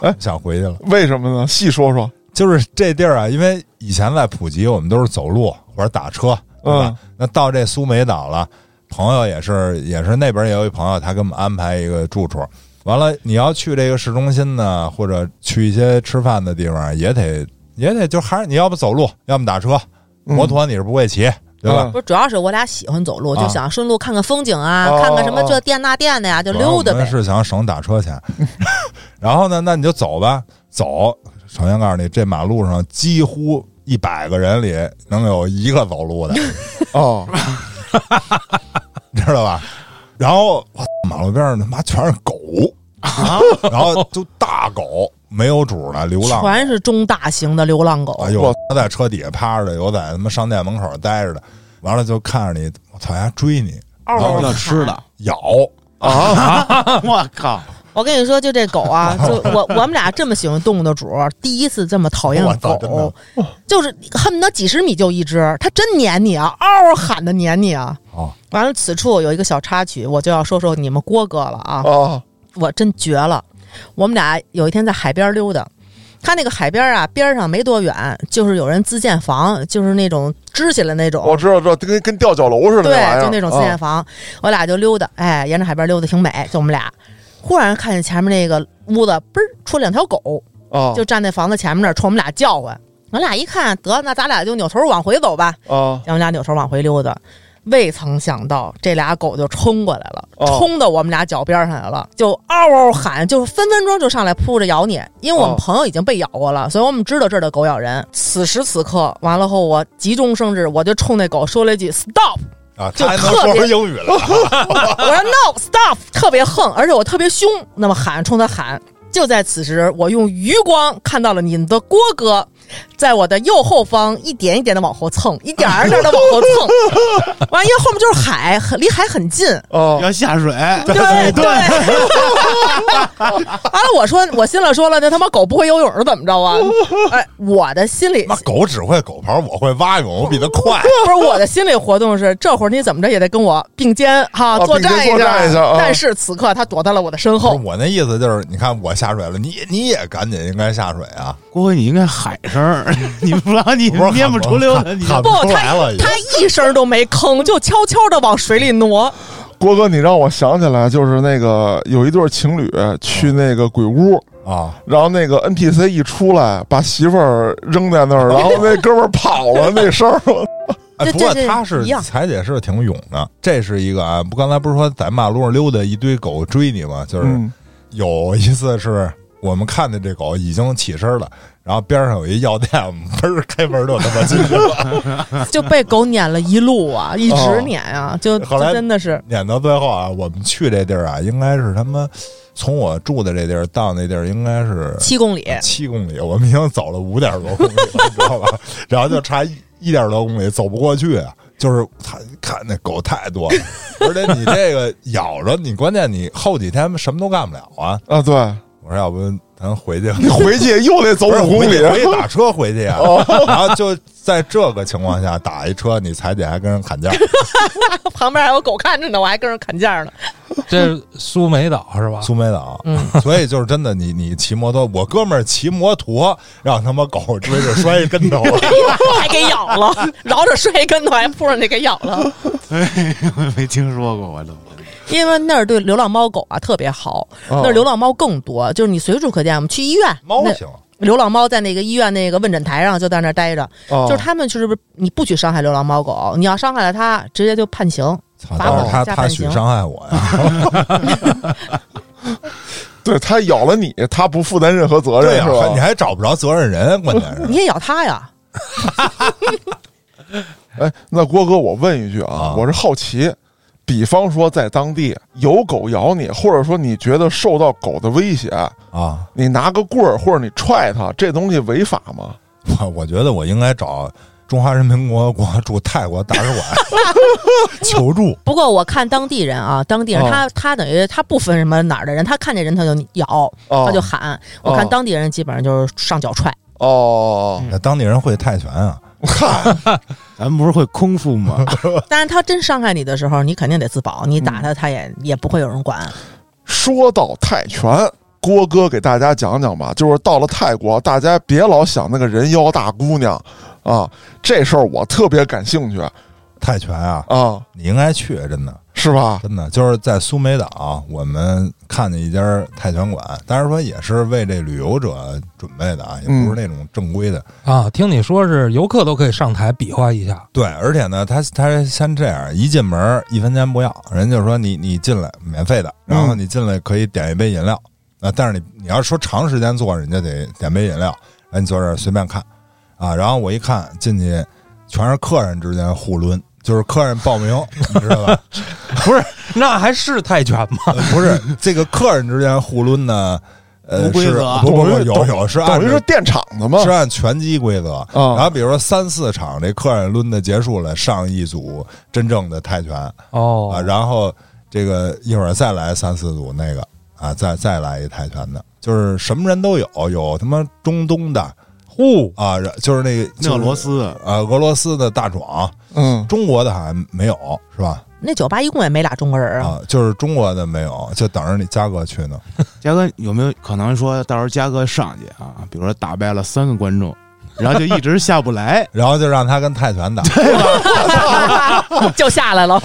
S3: 哎，
S1: 想回去了。
S3: 为什么呢？细说说，
S1: 就是这地儿啊，因为以前在普吉，我们都是走路或者打车，对
S3: 嗯
S1: 吧？那到这苏梅岛了，朋友也是也是那边也有一朋友，他给我们安排一个住处。完了，你要去这个市中心呢，或者去一些吃饭的地方，也得也得就还是你要不走路，要么打车，
S3: 嗯
S1: 摩托你是不会骑，对吧？
S3: 嗯
S2: 不是主要是我俩喜欢走路，
S1: 啊
S2: 就想顺路看看风景啊
S3: 哦，
S2: 看看什么
S3: 哦
S2: 这店那店的呀，就
S1: 主要
S2: 溜达
S1: 我们
S2: 呗。
S1: 是想省打车钱， 然后呢，那你就走吧，走。首先告诉你，这马路上几乎一百个人里能有一个走 路的，
S3: 哦，
S1: 你知道吧？然后我马路边上他妈全是狗，然后就大狗没有主了，流浪。
S2: 全是中大型的流浪狗。
S1: 啊，有的在车底下趴着的，有在他妈商店门口待着的，完了就看着你，我操，还追你
S2: 嗷嗷
S4: 要
S2: 喊
S4: 吃的，
S1: 咬，
S4: 哦我靠！
S2: 我跟你说，就这狗 啊，就我我们俩这么喜欢动物的主，第一次这么讨厌
S1: 我操真
S2: 狗，就是恨不得几十米就一只，它真撵你啊，嗷嗷喊的撵你啊。
S1: 哦
S2: 完了，此处有一个小插曲，我就要说说你们郭哥了啊，
S3: 啊
S2: 我真绝了。我们俩有一天在海边溜达，他那个海边啊，边上没多远就是有人自建房，就是那种支起来那种，
S3: 我知道，知道，跟跟吊脚楼似的，玩
S2: 对，
S3: 意儿
S2: 就那种自建
S3: 啊
S2: 房，我俩就溜达，哎，沿着海边溜达挺美，就我们俩。忽然看见前面那个屋子，嘣儿出两条狗，
S3: 啊，
S2: 就站那房子前面那儿冲我们俩叫唤。我俩一看，得，那咱俩就扭头往回走吧。
S3: 啊
S2: 我们俩扭头往回溜达，未曾想到这俩狗就冲过来了，
S3: 哦
S2: 冲到我们俩脚边上来了，就嗷嗷喊，就是分分钟就上来扑着咬你。因为我们
S3: 哦
S2: 朋友已经被咬过了，所以我们知道这儿的狗咬人。此时此刻，完了后我急中生智，我就冲那狗说了一句 “stop”。
S1: 啊，
S2: 哦就
S1: 他还能
S2: 特
S1: 说
S2: 别
S1: 出英语来了，
S2: 我说 no stop，特别横，而且我特别凶，那么喊冲他喊。就在此时，我用余光看到了你们的郭哥，在我的右后方一点一点的往后蹭，一点儿一点的往后蹭。完，因为后面就是海，很离海很近。
S3: 啊，
S4: 要下水，
S2: 对对。完了，我说我心里说了，那他妈狗不会游泳是怎么着啊？哎，我的心里
S1: 妈狗只会狗刨，我会蛙泳，我比他 快。
S2: 不是我的心理活动是，这会儿你怎么着也得跟我并肩哈、
S3: 啊
S2: 作战
S3: 并肩作战一下啊
S2: 但是此刻他躲到了我的身
S1: 不
S2: 后
S1: 是，我那意思就是，你看我下水了，你你也赶紧应该下水啊！
S4: 郭辉，你应该喊一声儿， 你不然你
S1: 我不是
S4: 憋
S1: 喊
S4: 不
S1: 吗
S4: 出溜达，你
S1: 喊
S2: 不
S1: 不出来了已经
S2: 他一声都没吭，就悄悄的往水里挪。
S3: 郭哥，你让我想起来，就是那个有一对情侣去那个鬼屋，
S1: 啊！
S3: 然后那个 NPC 一出来，把媳妇儿扔在那儿，然后那哥们儿跑了，那声儿，
S1: 哎，
S2: 这
S1: 不过
S2: 这
S1: 他
S2: 这
S1: 是
S2: 一样
S1: 彩姐是挺勇的，这是一个啊。不，刚才不是说在马路上溜达，一堆狗追你吗？就是
S3: 嗯
S1: 有一次是我们看见这狗已经起身了，然后边上有一药店， 我们嘣儿开门就他妈进去了，
S2: 就被狗撵了一路啊，一直撵啊，就
S1: 哦后来
S2: 就真的是
S1: 撵到最后啊，我们去这地儿啊，应该是他妈从我住的这地儿到那地儿应该是
S2: 七公里。
S1: 七公里，我们已经走了五点多公里了， 你知道吧？然后就差一一点多公里，走不过去啊。就是他看那狗太多了，而且你这个咬着你，关键你后几天什么都干不了啊。
S3: 啊，对
S1: 我说要不咱回去吧，
S3: 你回去又得走
S1: 不是
S3: 五公里，哦
S1: 回去回去打车回去啊。然后就在这个情况下打一车，你彩姐还跟人砍价，
S2: 旁边还有狗看着呢，我还跟人砍价呢。
S5: 这苏梅岛是吧？
S1: 苏梅岛。
S2: 嗯，
S1: 所以就是真的，你你骑摩托，我哥们儿骑摩托让他妈狗追着摔一跟 头了。
S2: 还给咬了， 饶着摔一跟头，还扑上去给咬 了。
S4: 没听说过我都。
S2: 因为那儿对流浪猫狗啊特别好，那儿流浪猫更多，就是你随处可见。我们去医院，
S1: 哦猫
S2: 那
S1: 行，
S2: 流浪猫在那个医院那个问诊台上就在那儿待着，
S1: 哦
S3: 啊
S2: 就是他们就是不你不许伤害流浪猫狗，你要伤害了它，直接就判刑。
S1: 操！
S2: 罚
S1: 但
S2: 狗
S1: 是他
S2: 加
S1: 他
S2: 判
S1: 许
S2: 刑
S1: 伤害我呀。
S3: 对他咬了你，他不负担任何责
S1: 对
S3: 任
S1: 呀、
S3: 是吧
S1: 你？还找不着责任人，关键是
S2: 你也咬它呀？
S3: 哎，那郭哥，我问一句啊
S1: 啊，
S3: 我是好奇，比方说在当地有狗咬你，或者说你觉得受到狗的威胁，
S1: 啊，
S3: 你拿个棍儿或者你踹它，这东西违法吗？
S1: 我我觉得我应该找中华人民共和国驻泰国大使馆求助。
S2: 不过我看当地人啊，当地人
S3: 哦
S2: 他、他等于他不分什么哪儿的人，他看见人他就咬，
S3: 哦
S2: 他就喊。我看当地人基本上就是上脚踹，
S3: 哦，
S1: 那当地人会泰拳啊，
S4: 咱不是会空腹吗？
S2: 但是他真伤害你的时候，你肯定得自保，你打他他也、也不会有人管。
S3: 说到泰拳，郭哥给大家讲讲吧。就是到了泰国，大家别老想那个人妖大姑娘啊，这事儿我特别感兴趣
S1: 泰拳啊，
S3: 啊，
S1: 你应该去，真的
S3: 是吧？
S1: 真的就是在苏梅岛，我们看见一家泰拳馆，当然说也是为这旅游者准备的啊，也不是那种正规的。
S5: 啊，听你说是游客都可以上台比划一下，
S1: 对，而且呢，他他先这样，一进门一分钱不要，人家就说你你进来免费的，然
S3: 嗯
S1: 后你进来可以点一杯饮料，啊，但是你你要说长时间坐，人家得点杯饮料，然后你坐这儿随便看，啊，然后我一看进去全是客人之间互抡，就是客人报名， 你知道吧？
S5: 不是，那还是泰拳吗？
S1: 呃不是这个客人之间互抡呢，呃，
S4: 无规
S1: 是
S4: 则
S1: 不不不
S3: 等于
S1: 有有是按
S3: 等于
S1: 照
S3: 是电场子嘛
S1: 是。按啊拳击规则。
S3: 啊
S1: 然后比如说三四场这客人抡的结束了，上一组真正的泰拳啊，
S5: 哦，
S1: 然后这个一会儿再来三四组那个啊，再再来一泰拳的，就是什么人都有，有他妈中东的
S5: 呼，
S1: 啊，然就是那个
S4: 那俄罗
S1: 斯
S4: 斯
S1: 啊，俄罗斯的大壮，
S3: 嗯，
S1: 中国的好像没有是吧？
S2: 那酒吧一共也没俩中国人
S1: 啊，
S2: 啊，
S1: 就是中国的没有，就等着你嘉哥去呢。
S4: 嘉哥有没有可能说到时候嘉哥上去啊？比如说打败了三个观众，然后就一直下不来
S1: 然后就让他跟泰拳打，
S2: 就下来了。
S4: 啊？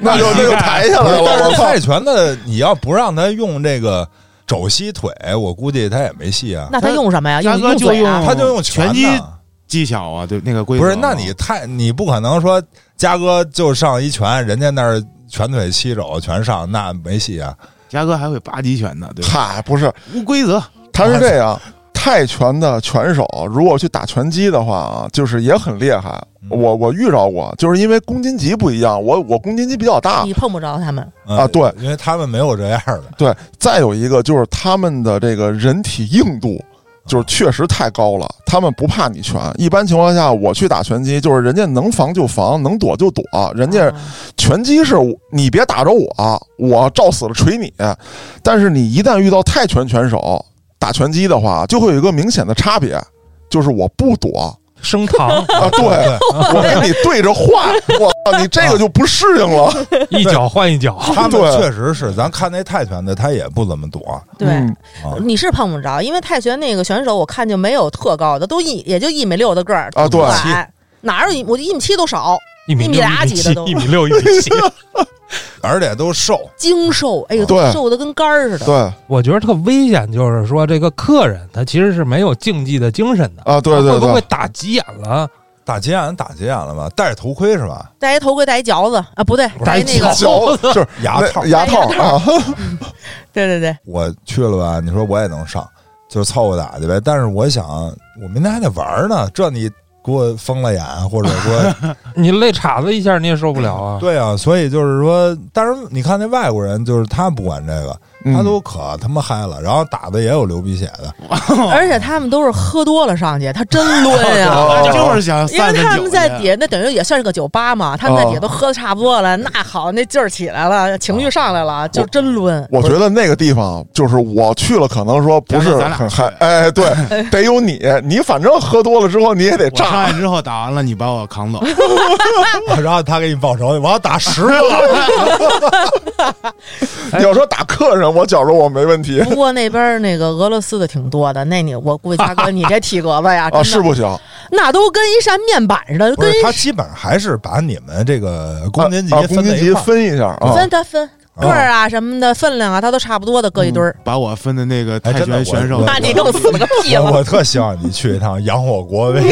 S3: 那就那就抬下来了，
S1: 但
S3: 我
S1: 是
S3: 操！
S1: 泰拳的你要不让他用这个肘膝腿，我估计他也没戏啊。
S2: 那他用什么呀？
S4: 嘉
S2: 用
S4: 哥
S2: 用
S4: 就
S2: 嘴啊
S4: 用？
S1: 他就用
S4: 拳击
S1: 呐
S4: 技巧啊，对那个规则
S1: 不是？那你泰你不可能说嘉哥就上一拳，人家那儿拳腿七肘全上，那没戏啊。
S4: 嘉哥还会八极拳呢，对吧？
S3: 嗨，哦不是，
S4: 无规则，
S3: 他是这样，泰拳的拳手如果去打拳击的话啊，就是也很厉害。我我遇着过，就是因为公斤级不一样，我我公斤级比较大
S2: 你碰不着他们，
S1: 嗯
S3: 啊对
S1: 因为他们没有这样 的。
S3: 对，再有一个就是他们的这个人体硬度。就是确实太高了，他们不怕你拳。一般情况下，我去打拳击，就是人家能防就防，能躲就躲。人家
S2: 啊
S3: 拳击是我你别打着我，我照死了捶你。但是你一旦遇到泰拳拳手打拳击的话，就会有一个明显的差别，就是我不躲
S5: 升堂
S3: 啊，对我跟你对着换，我操，你这个就不适应了。
S5: 一脚换一脚，
S1: 他们
S3: 啊对
S1: 确实是，咱看那泰拳的，他也不怎么躲。
S2: 对。
S3: 嗯
S1: 啊
S2: 你是碰不着，因为泰拳那个选手我看就没有特高的，都一也就一米六的个儿
S3: 啊对
S2: 矮哪有一我一米七都少，
S5: 一米
S2: 一米
S5: 六
S2: 俩
S5: 一米
S2: 几的
S5: 七
S2: 都，
S5: 一米六，一米七。
S1: 而且都瘦，
S2: 精瘦，哎呦，
S3: 对
S2: 瘦的跟杆儿似的。
S3: 对
S5: 我觉得特危险，就是说这个客人他其实是没有竞技的精神的，
S3: 啊，对对
S5: 会不会
S3: 对，
S5: 打急眼了？
S1: 打急眼打急眼了吧？戴着头盔是吧？
S2: 戴一头盔，戴一嚼子啊，不对，戴一那个
S5: 脚，
S3: 脚 就是
S1: 牙套
S3: 那。哦牙套
S2: 戴牙
S3: 啊，
S2: 对对 对，
S1: 我去了吧，你说我也能上，就是凑合打去呗。但是我想，我明天还得玩儿呢，这你给我封了眼，或者说，
S5: 你肋叉子一下你也受不了啊！
S1: 对啊，所以就是说，但是你看那外国人，就是他不管这个，
S2: 嗯
S1: 他都可他妈嗨了，然后打的也有流鼻血的，
S2: 而且他们都是喝多了上去，他真抡呀、
S3: 哦
S4: 就是想
S2: 因为
S4: 散散
S2: 他们
S4: 酒
S2: 在
S4: 去
S2: 底下，那等于也算是个酒吧嘛，他们
S3: 哦
S2: 在底下都喝的差不多了，那好，那劲儿起来了，情绪上来了，就真抡。
S3: 哦我觉得那个地方就是我去了，可能说不是
S4: 咱俩
S3: 很
S4: 去
S3: 嗨，哎， 对，得有你，你反正喝多了之后你也得
S4: 我上
S3: 炸
S4: 来，之后打完了，你把我扛 走，
S2: 嗯
S1: 然后他给你报仇，我要打十个，
S3: 你要说打客人，我觉着我没问题
S2: 不过那边儿那个俄罗斯的挺多的，那你我估计嘉 哥你这体格子呀，真
S3: 啊，
S2: 的
S3: 是不行，
S2: 那都跟一扇面板似的，
S1: 不
S2: 跟
S1: 是
S2: 一
S1: 他基本上还是把你们这个公斤级
S3: 啊，公
S1: 分
S3: 斤
S1: 在一
S3: 级
S1: 块儿。
S3: 分一下啊，嗯
S2: 分它分个儿啊什么的分量啊，它都差不多的搁一堆儿。
S4: 把我分的那个
S1: 哎
S4: 泰
S1: 真的
S4: 拳选手
S1: 我，
S2: 那你更死了个屁
S1: 啊我
S2: 了！
S1: 我特希望你去一趟养火国 啊威，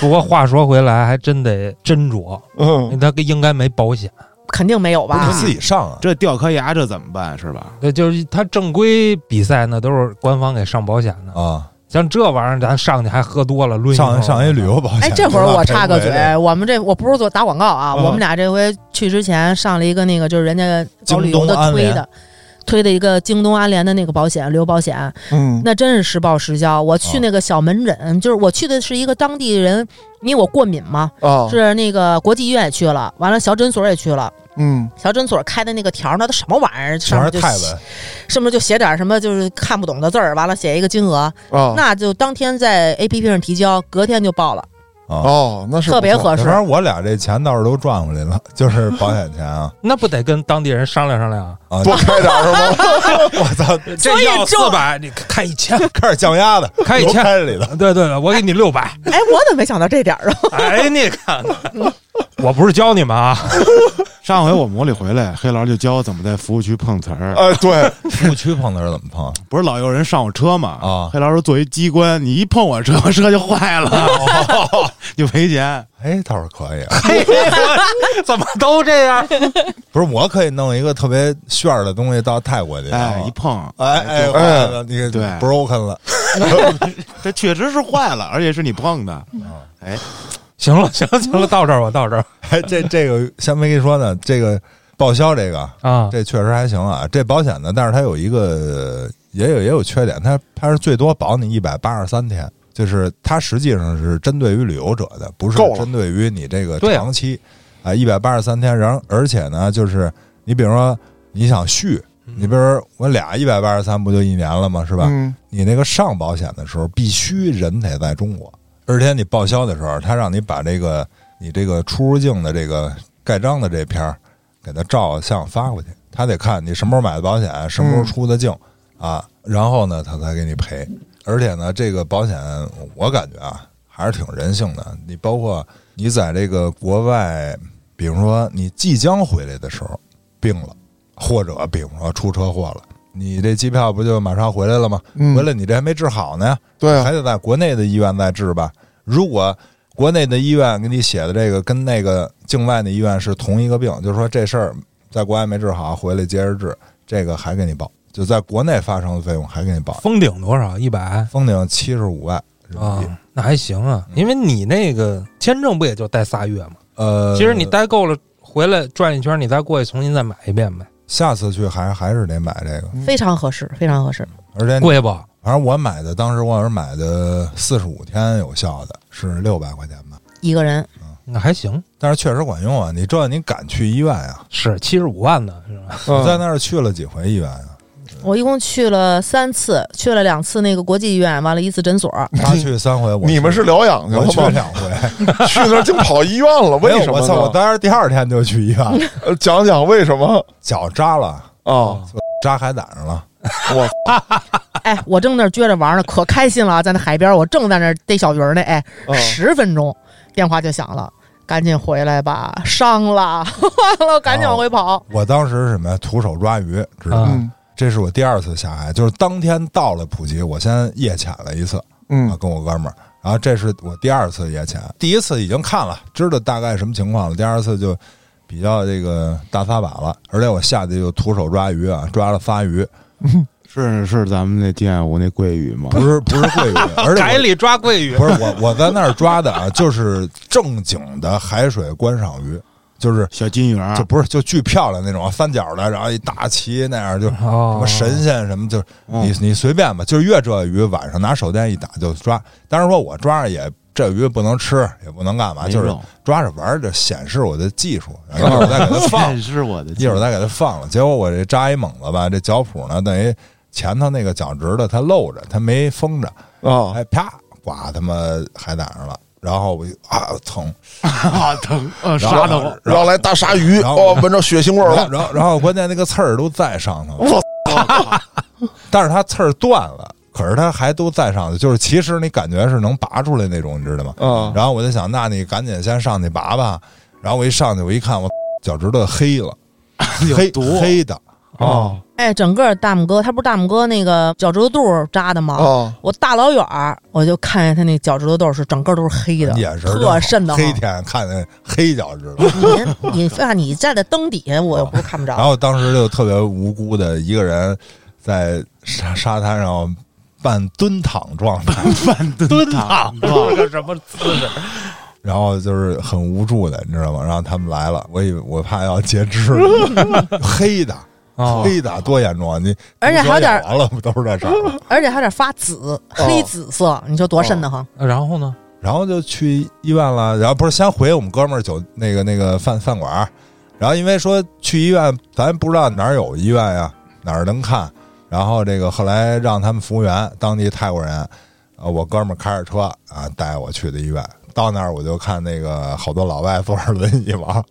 S5: 不过话说回来，还真得斟酌，
S3: 嗯，
S5: 他应该没保险，
S2: 肯定没有
S1: 不是
S2: 吧
S1: 你？自己上啊。
S4: 这掉颗牙这怎么办是吧？
S5: 那就是他正规比赛那都是官方给上保险的，
S1: 啊，
S5: 像这玩意儿咱上去还喝多了抡一
S1: 上
S5: 口
S1: 上一旅游保险。
S2: 哎，这会儿我插个
S1: 对吧
S2: 嘴，我们这我不是做打广告啊，
S1: 嗯
S2: 我们俩这回去之前上了一个那个就是人家搞旅游的
S1: 京东安
S2: 推
S1: 联
S2: 的。推的一个京东安联的那个保险，旅游保险，
S3: 嗯，
S2: 那真是实报实销。我
S1: 哦
S2: 去那个小门诊，就是我去的是一个当地人，因为我过敏嘛，
S1: 哦
S3: 啊，
S2: 是那个国际医院也去了，完了小诊所也去了，
S3: 嗯，
S2: 小诊所开的那个条儿，那都什么玩意儿？上
S1: 全
S2: 面
S1: 是
S2: 就
S1: 泰
S2: 写
S1: 文，
S2: 上面就写点什么就是看不懂的字儿，完了写一个金额，
S1: 哦
S3: 啊，
S2: 那就当天在 A P P 上提交，隔天就报了，
S3: 哦，那是
S2: 特别
S3: 不错
S2: 合
S1: 反
S2: 适。
S1: 正我俩这钱倒是都赚回来了，就是保险钱啊
S5: 那不得跟当地人商量商量啊？
S1: 啊！
S3: 多开点儿是吗？
S1: 我操，
S5: 这
S2: 以
S5: 要
S2: 就
S5: 四百，你开一千，
S1: 开始降压的，
S5: 开一
S1: 油
S5: 千
S1: 开里头，
S5: 对对对，我给你六百。
S2: 哎，我怎么没想到这点儿啊？
S5: 哎，你看看， 我不是教你们啊，
S4: 上回我们模里回来，黑老师就教我怎么在服务区碰瓷
S1: 啊
S4: 儿。
S1: 呃
S3: 哎，对，
S1: 不区碰的是怎么碰？
S4: 不是老有人上我车嘛？
S1: 啊
S4: 黑老师作为机关，你一碰我车， 我车就坏
S1: 哦
S4: 了， 就 赔钱。
S1: 哎，倒是可以啊，
S5: 嘿嘿我怎么都这样？
S1: 不是我可以弄一个特别炫儿的东西到泰国去，
S4: 哎，一碰，
S1: 哎哎
S3: 哎
S1: 坏了，你
S4: 对
S1: broken 了，嗯
S4: 这确实是坏了，而且是你碰的。哎，
S5: 行了，行了，行了，到这儿吧，到这儿
S1: 哎，这这个先没跟你说呢，这个报销这个
S5: 啊。
S1: 这确实还行啊。这保险呢，但是它有一个也有也有缺点，它它是最多保你一百八十三天，就是它实际上是针对于旅游者的，不是
S3: 够了
S1: 针对于你这个
S5: 对啊
S1: 长期啊一百八十三天。然后而且呢，就是你比如说你想续，你
S5: 嗯
S1: 比如说我俩一百八十三不就一年了吗？是吧？
S3: 嗯，
S1: 你那个上保险的时候必须人得在中国，而且你报销的时候，他让你把这个你这个出入境的这个盖章的这篇儿给他照相发过去，他得看你什么时候买的保险，什么时候出的境、啊，然后呢他才给你赔。而且呢，这个保险我感觉啊还是挺人性的，你包括你在这个国外，比如说你即将回来的时候病了，或者比如说出车祸了。你这机票不就马上回来了吗？
S3: 嗯
S1: 回来你这还没治好呢，
S3: 对啊，
S1: 还得在国内的医院再治吧。如果国内的医院给你写的这个跟那个境外的医院是同一个病，就是说这事儿在国外没治好，回来接着治，这个还给你报，就在国内发生的费用还给你报。
S5: 封顶多少？一百啊
S1: 封顶七十五万人民币，，
S5: 那还行啊，因为你那个签证不也就待仨月吗？
S1: 呃，
S5: 其实你待够了，回来转一圈，你再过去重新再买一遍呗，
S1: 下次去还还是得买这个，
S2: 非常合适，非常合适。
S1: 而且
S5: 贵不？
S1: 反正我买的当时我是买的四十五天有效的，是六百块钱吧，
S2: 一个人
S5: 那还行，
S1: 但是确实管用啊！你这你敢去医院啊？
S5: 是七十五万呢，是吧？
S1: 我在
S3: 嗯
S1: 那儿去了几回医院啊？
S2: 我一共去了三次，去了两次那个国际医院，完了一次诊 所。
S1: 他去三回，我
S3: 你们
S1: 去
S3: 是疗养去
S1: 我
S3: 了
S1: 去
S3: 吗？
S1: 两回，
S3: 去那儿竟跑医院了， 为
S1: 没有
S3: 什么
S1: 我
S3: 呢？
S1: 操！我当时第二天就去医院了，
S3: 呃讲讲为什么
S1: 脚扎了，
S3: 啊？
S1: 扎海胆上了。
S3: 我
S2: 哎，我正那儿撅着玩呢，可开心了啊，在那海边，我正在那儿逮小鱼儿呢。哎，
S3: 嗯
S2: 十分钟，电话就响了，赶紧回来吧，伤了， 完了，赶紧往回跑。
S1: 我当时是什么呀？徒手抓鱼，知道吗？
S5: 啊
S3: 嗯
S1: 这是我第二次下海，就是当天到了普吉，我先夜潜了一次啊，
S3: 嗯
S1: 跟我哥们儿。然后这是我第二次夜潜，第一次已经看了，知道大概什么情况了。第二次就比较这个大撒把了，而且我下去就徒手抓鱼啊，抓了仨鱼，
S4: 是是咱们那天眼湖那桂鱼吗？
S1: 不是不是鳜鱼， 而且我
S5: 海里抓桂 鱼
S1: 不是我，我在那儿抓的啊，就是正经的海水观赏鱼，就是
S4: 小金鱼儿，啊
S1: 就不是就巨漂亮那种啊三角的，然后一大鳍那样，就是什
S5: 哦
S1: 么神仙什么，就是
S4: 嗯
S1: 你你随便吧，就是越这鱼晚上拿手电一打就抓。当然说我抓着也这鱼不能吃，也不能干嘛，
S4: 没
S1: 就是
S4: 肉
S1: 抓着玩儿，就显示我的技术，然后一会儿再给它放
S4: 这是我的
S1: 一会儿再给它放了。结果我这扎一猛子吧，这脚蹼呢等于前头那个脚趾头它露着，它没封着。
S4: 哦
S3: 啊，
S1: 哎，啪，刮他妈海胆上了。然后我就啊疼，
S4: 啊疼啊
S1: 然后
S4: 杀疼，
S1: 然
S3: 然
S1: 后
S3: 后来大鲨鱼，
S1: 然后
S3: 哦，闻着血腥味儿
S1: 然后
S3: 了，
S1: 然后然后关键那个刺儿都在上头，
S3: 我
S1: 但是它刺儿断了，可是它还都在上头，就是其实你感觉是能拔出来那种，你知道吗？
S3: 啊，
S1: 然后我就想，那你赶紧先上去拔吧。然后我一上去，我一看，我 脚趾头黑了，黑
S4: 毒
S1: 黑的，
S5: 哦，
S2: 哎，整个大拇哥，他不是大拇哥那个脚趾头肚儿扎的吗？
S3: 啊，
S2: 我大老远儿我就看见他那脚趾头豆是整个都是黑的，
S1: 眼神儿真好
S2: 特瘆得慌
S1: 黑。天看见黑脚趾头。
S2: 你你啊，你站在灯底下，我又不是看不
S1: 然
S2: 着。
S1: 后当时就特别无辜的一个人在沙沙滩上半蹲躺状态，
S4: 半蹲躺
S5: 这个什么姿势？
S1: 然后就是很无助的，你知道吗？然后他们来了，我以为我怕要截肢， 黑的。
S5: 哦
S1: 黑的多严重啊！你
S2: 而且还有点
S1: 完了，不都是这事儿 吗？
S2: 而且还有点发
S3: 哦
S2: 紫，黑紫色，你说多瘆得慌？
S5: 然后呢？
S1: 然后就去医院了，然后不是先回我们哥们儿酒那个那个饭饭馆儿，然后因为说去医院，咱不知道哪儿有医院呀，哪儿能看。然后这个后来让他们服务员，当地泰国人，呃，我哥们儿开着车啊带我去的医院。到那儿我就看那个好多老外坐着轮椅嘛，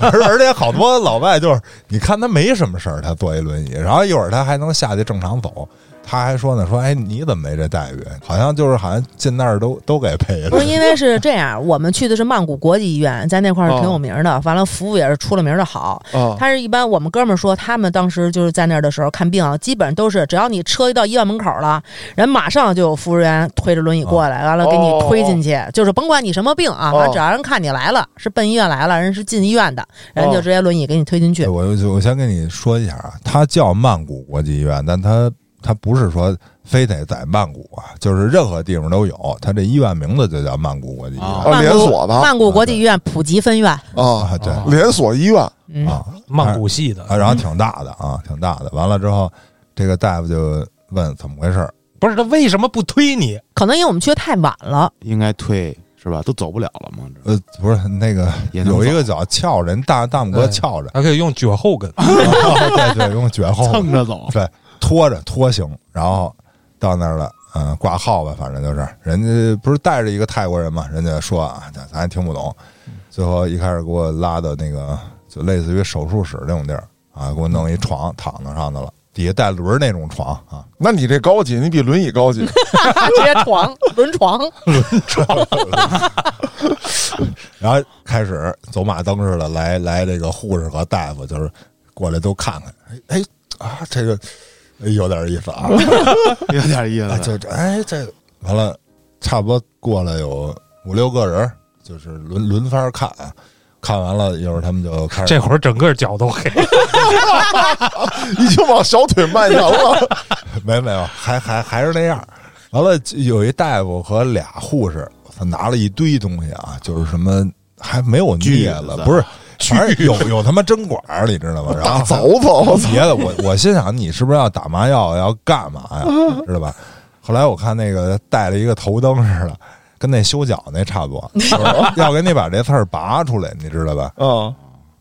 S1: 而 而且好多老外就是，你看他没什么事儿，他坐一轮椅，然后一会儿他还能下去正常走。他还说呢，说哎你怎么没这待遇？好像就是好像进那儿都都给赔了
S2: 不。是因为是这样， 我们去的是曼谷国际医院，在那块
S3: 哦
S2: 儿是挺有名的，完了服务也是出了名的好。
S3: 啊，
S2: 他是一般我们哥们儿说，他们当时就是在那儿的时候看病啊，基本都是只要你车一到医院门口了，人马上就有服务员推着轮椅过来，完了给你推进去，就是甭管你什么病啊，
S3: 哦
S2: 完了只要人看你来了，是奔医院来了，人是进医院的，人就直接轮椅给你推进去
S1: 对，。我就我先跟你说一下啊，它叫曼谷国际医院，但它它不是说非得在曼谷啊，就是任何地方都有，它这医院名字就叫曼谷国际医院
S4: 啊
S3: 啊，
S2: 曼
S3: 连
S2: 谷
S3: 锁的
S2: 曼谷国际医院普及分院，
S3: 啊，
S1: 啊，对
S4: 哦
S5: 啊
S3: 连锁医院
S2: 嗯，
S1: 啊，
S5: 曼谷系的
S1: 啊，然后挺大的啊，挺大的。完了之后，这个大夫就问怎么回事儿，
S5: 不是他为什么不推你？
S2: 可能因为我们去的太晚了，
S4: 应该退是吧？都走不了了嘛，这
S1: 呃，不是那个
S4: 也能
S1: 有一个脚翘着，人大大拇哥翘着，
S5: 还可以用脚后跟，
S1: 对对，用绝后
S4: 蹭着 走。
S1: 对，拖着拖行，然后到那儿了，嗯、挂号吧，反正就是人家不是带着一个泰国人嘛，人家说啊，咱咱也听不懂，最后一开始给我拉到那个就类似于手术室那种地儿啊，给我弄一床躺那上的了，底下带轮儿那种床啊，
S3: 那你这高级，你比轮椅高 级，
S2: 直接床轮床，
S1: 然后开始走马灯似的来来这个护士和大夫，就是过来都看看，哎哎啊，这个哎有点意思啊，
S4: 有点意
S1: 啊，
S4: 思。
S1: 就这哎这完了，差不多过了有五六个人，就是轮轮番看啊，看完了一会儿他们就开始
S5: 这会儿整个脚都黑。
S3: 已经往小腿迈扬 了。
S1: 没没有，还还还是那样。完了，有一大夫和俩护士，他拿了一堆东西啊，就是什么还没有镊
S4: 锯
S1: 子
S4: 子，
S1: 不是，反正有有他妈针管儿，你知道吗？然后
S3: 大
S1: 还
S3: 凿子，哦我操！
S1: 别的，我我心想你是不是要打麻药，要干嘛呀？
S3: 啊
S1: 知道吧？后来我看那个带了一个头灯似的，跟那修脚那差不 多，就是要给你把这刺儿拔出来，你知道吧？
S3: 啊，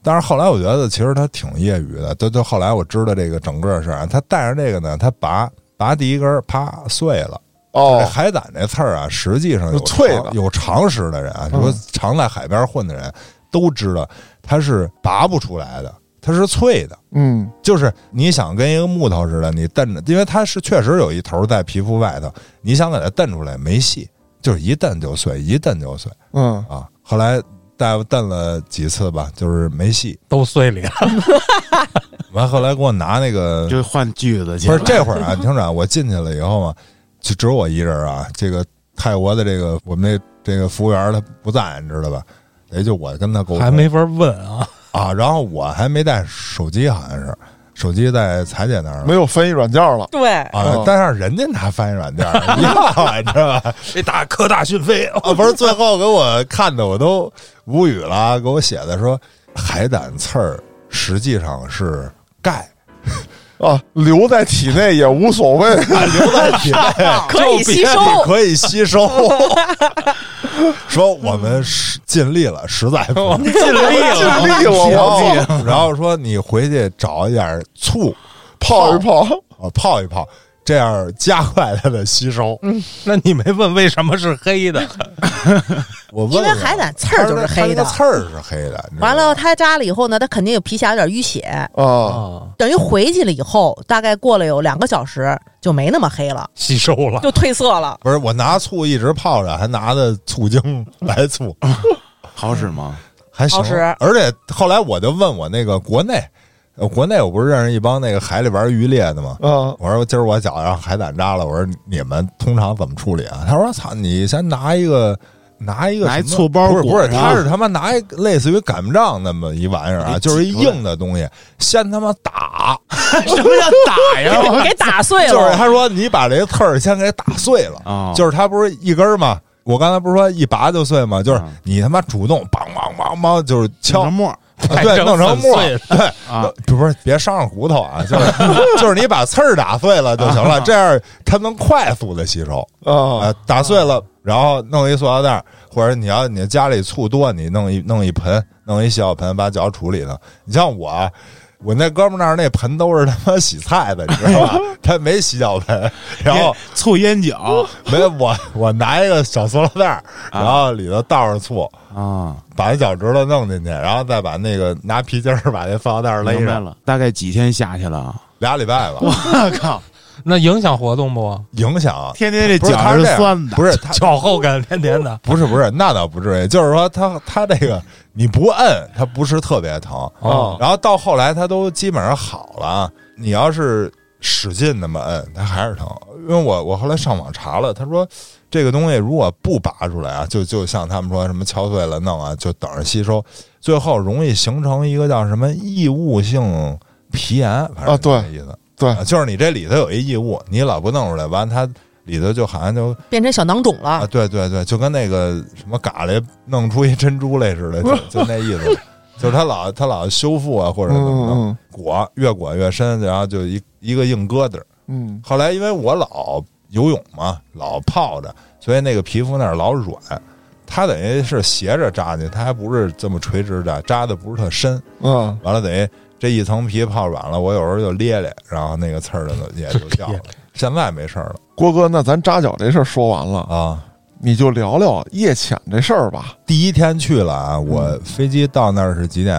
S1: 但是后来我觉得其实他挺业余的，就就后来我知道这个整个事儿啊，他带着这个呢，他拔拔第一根儿，啪碎了。这
S3: 哦，
S1: 海胆这刺儿啊，实际上有
S3: 就脆嗯的
S1: 常有常识的人啊，就说常在海边混的人都知道，它是拔不出来的，它是脆的。
S3: 嗯，
S1: 就是你想跟一个木头似的，你蹬着，因为它是确实有一头在皮肤外头，你想给它蹬出来没戏，就是一蹬就碎，一蹬就碎
S3: 嗯，
S1: 啊。后来大夫蹬了几次吧，就是没戏。
S5: 都碎里了，
S1: 完后来给我拿那个，
S4: 就换句子去
S1: 不
S4: 了，
S1: 是这会儿 啊，你听着啊，我进去了以后嘛，就只有我一人啊。这个泰国的这个我们这这个服务员他不在，你知道吧？也就我跟他沟通，
S5: 还没法问啊。
S1: 啊。然后我还没带手机，好像是手机在彩姐那儿了
S3: 没有翻译软件了。
S2: 对，
S1: 啊
S3: 嗯，
S1: 但是人家拿翻译软件儿 一样，你知道 吧？
S5: 这大科大讯飞，
S1: 啊，不是，最后给我看的我都无语了，给我写的说海胆刺儿实际上是钙，
S3: 啊，留在体内也无所谓。
S1: 留在体内
S2: 可以吸收，
S1: 可以吸收。 说我们是尽力了，实在不嗯行
S5: 尽
S3: 哎
S5: 力了。
S3: 尽力了，我操
S1: 然后说你回去找一点醋
S3: 泡一泡，
S1: 啊，泡一泡，这样加快它的吸收。
S5: 那你没问为什么是黑的？
S1: 我问
S2: 因为
S1: 了
S2: 海胆刺儿就是
S1: 它那
S2: 黑
S1: 它那
S2: 的
S1: 个。刺儿是黑的。你知道吗
S2: 完了，它扎了以后呢，它肯定有皮下有点淤血，
S3: 啊，
S5: 啊，
S2: 等于回去了以后，大概过了有两个小时就没那么黑了，
S5: 吸收 了。
S2: 就褪色了。
S1: 不是我拿醋一直泡着，还拿的醋精来醋，
S4: 好使吗？
S1: 还行
S2: 好使。
S1: 而且后来我就问我那个国内，呃国内我不是认识一帮那个海里玩渔猎的吗？
S3: 啊，
S1: 我说今儿我脚上海胆扎了，我说你们通常怎么处理啊？他说操，你先拿一个。拿一个
S4: 拿一
S1: 什么
S4: 醋包
S1: 不是不是，
S4: 裹上
S1: 他是他妈拿一个类似于擀面杖那么一玩意儿啊，
S4: 给
S1: 就是一
S4: 挤出来
S1: 硬的东西，先他妈打，
S4: 什么叫打呀？
S2: 给打碎 了，
S4: 哎
S1: 就是他说你把这刺儿先给打碎了，
S4: 啊，
S1: 就是它不是一根儿吗？我刚才不是说一拔就碎吗？就是
S4: 嗯
S1: 你他妈主动梆梆梆梆就是敲，
S4: 成沫儿
S1: 啊对，弄成沫儿，对，
S4: 啊，
S1: 呃不是别伤上骨头 啊，就是就是你把刺儿打碎了就行
S4: 啊
S1: 了，这样它能快速的吸收。
S3: 啊
S4: 哦
S1: 啊，打碎了，然后弄一塑料袋儿，或者你要你家里醋多，你弄一弄一盆，弄一小盆把脚处理了。你像我啊，我那哥们儿那儿那盆都是他妈洗菜的，你知道 吧？他没洗脚盆，然后
S4: 腌醋烟脚
S1: 没有我我拿一个小塑料袋儿，然后里头倒上醋，
S4: 啊，
S1: 把那脚趾头弄进去，然后再把那个拿皮筋儿把那塑料袋儿勒
S4: 明白
S1: 上，
S4: 了，大概几天下去 了？啊
S1: 俩礼拜吧，
S4: 我靠，
S5: 那影响活动不？
S1: 影响。
S4: 天天这
S1: 不是
S4: 脚
S1: 他是这样
S4: 酸的，
S1: 不是他
S5: 脚后跟天天的。
S1: 不是不是，那倒不至于，就是说他他这个你不摁，它不是特别疼，
S5: 哦
S1: 然后到后来它都基本上好了。你要是使劲那么摁，它还是疼。因为我我后来上网查了，他说这个东西如果不拔出来啊，就就像他们说什么敲碎了弄啊，就等着吸收，最后容易形成一个叫什么异物性皮炎，反正
S3: 啊对
S1: 是这意思。
S3: 对
S1: 啊就是你这里头有一义务，你老不弄出来，完他里头就好像就
S2: 变成小囊肿了。
S1: 啊，对对对，就跟那个什么嘎来弄出一珍珠来似的， 就就那意思，就是他老他老修复啊，或者怎么着，
S3: 嗯
S1: 裹越裹越深，然后就一一个硬疙瘩。
S3: 嗯
S1: 后来因为我老游泳嘛，老泡着，所以那个皮肤那儿老软。它等于是斜着扎进去，它还不是这么垂直扎，扎的不是特深。
S3: 嗯，
S1: 完了等于这一层皮泡软了，我有时候就咧咧，然后那个刺儿就也就 掉了。现在没事儿了
S3: 郭哥，那咱扎脚这事儿说完了，
S1: 啊。
S3: 你就聊聊夜潜这事儿吧。
S1: 第一天去了啊，我飞机到那儿是几点？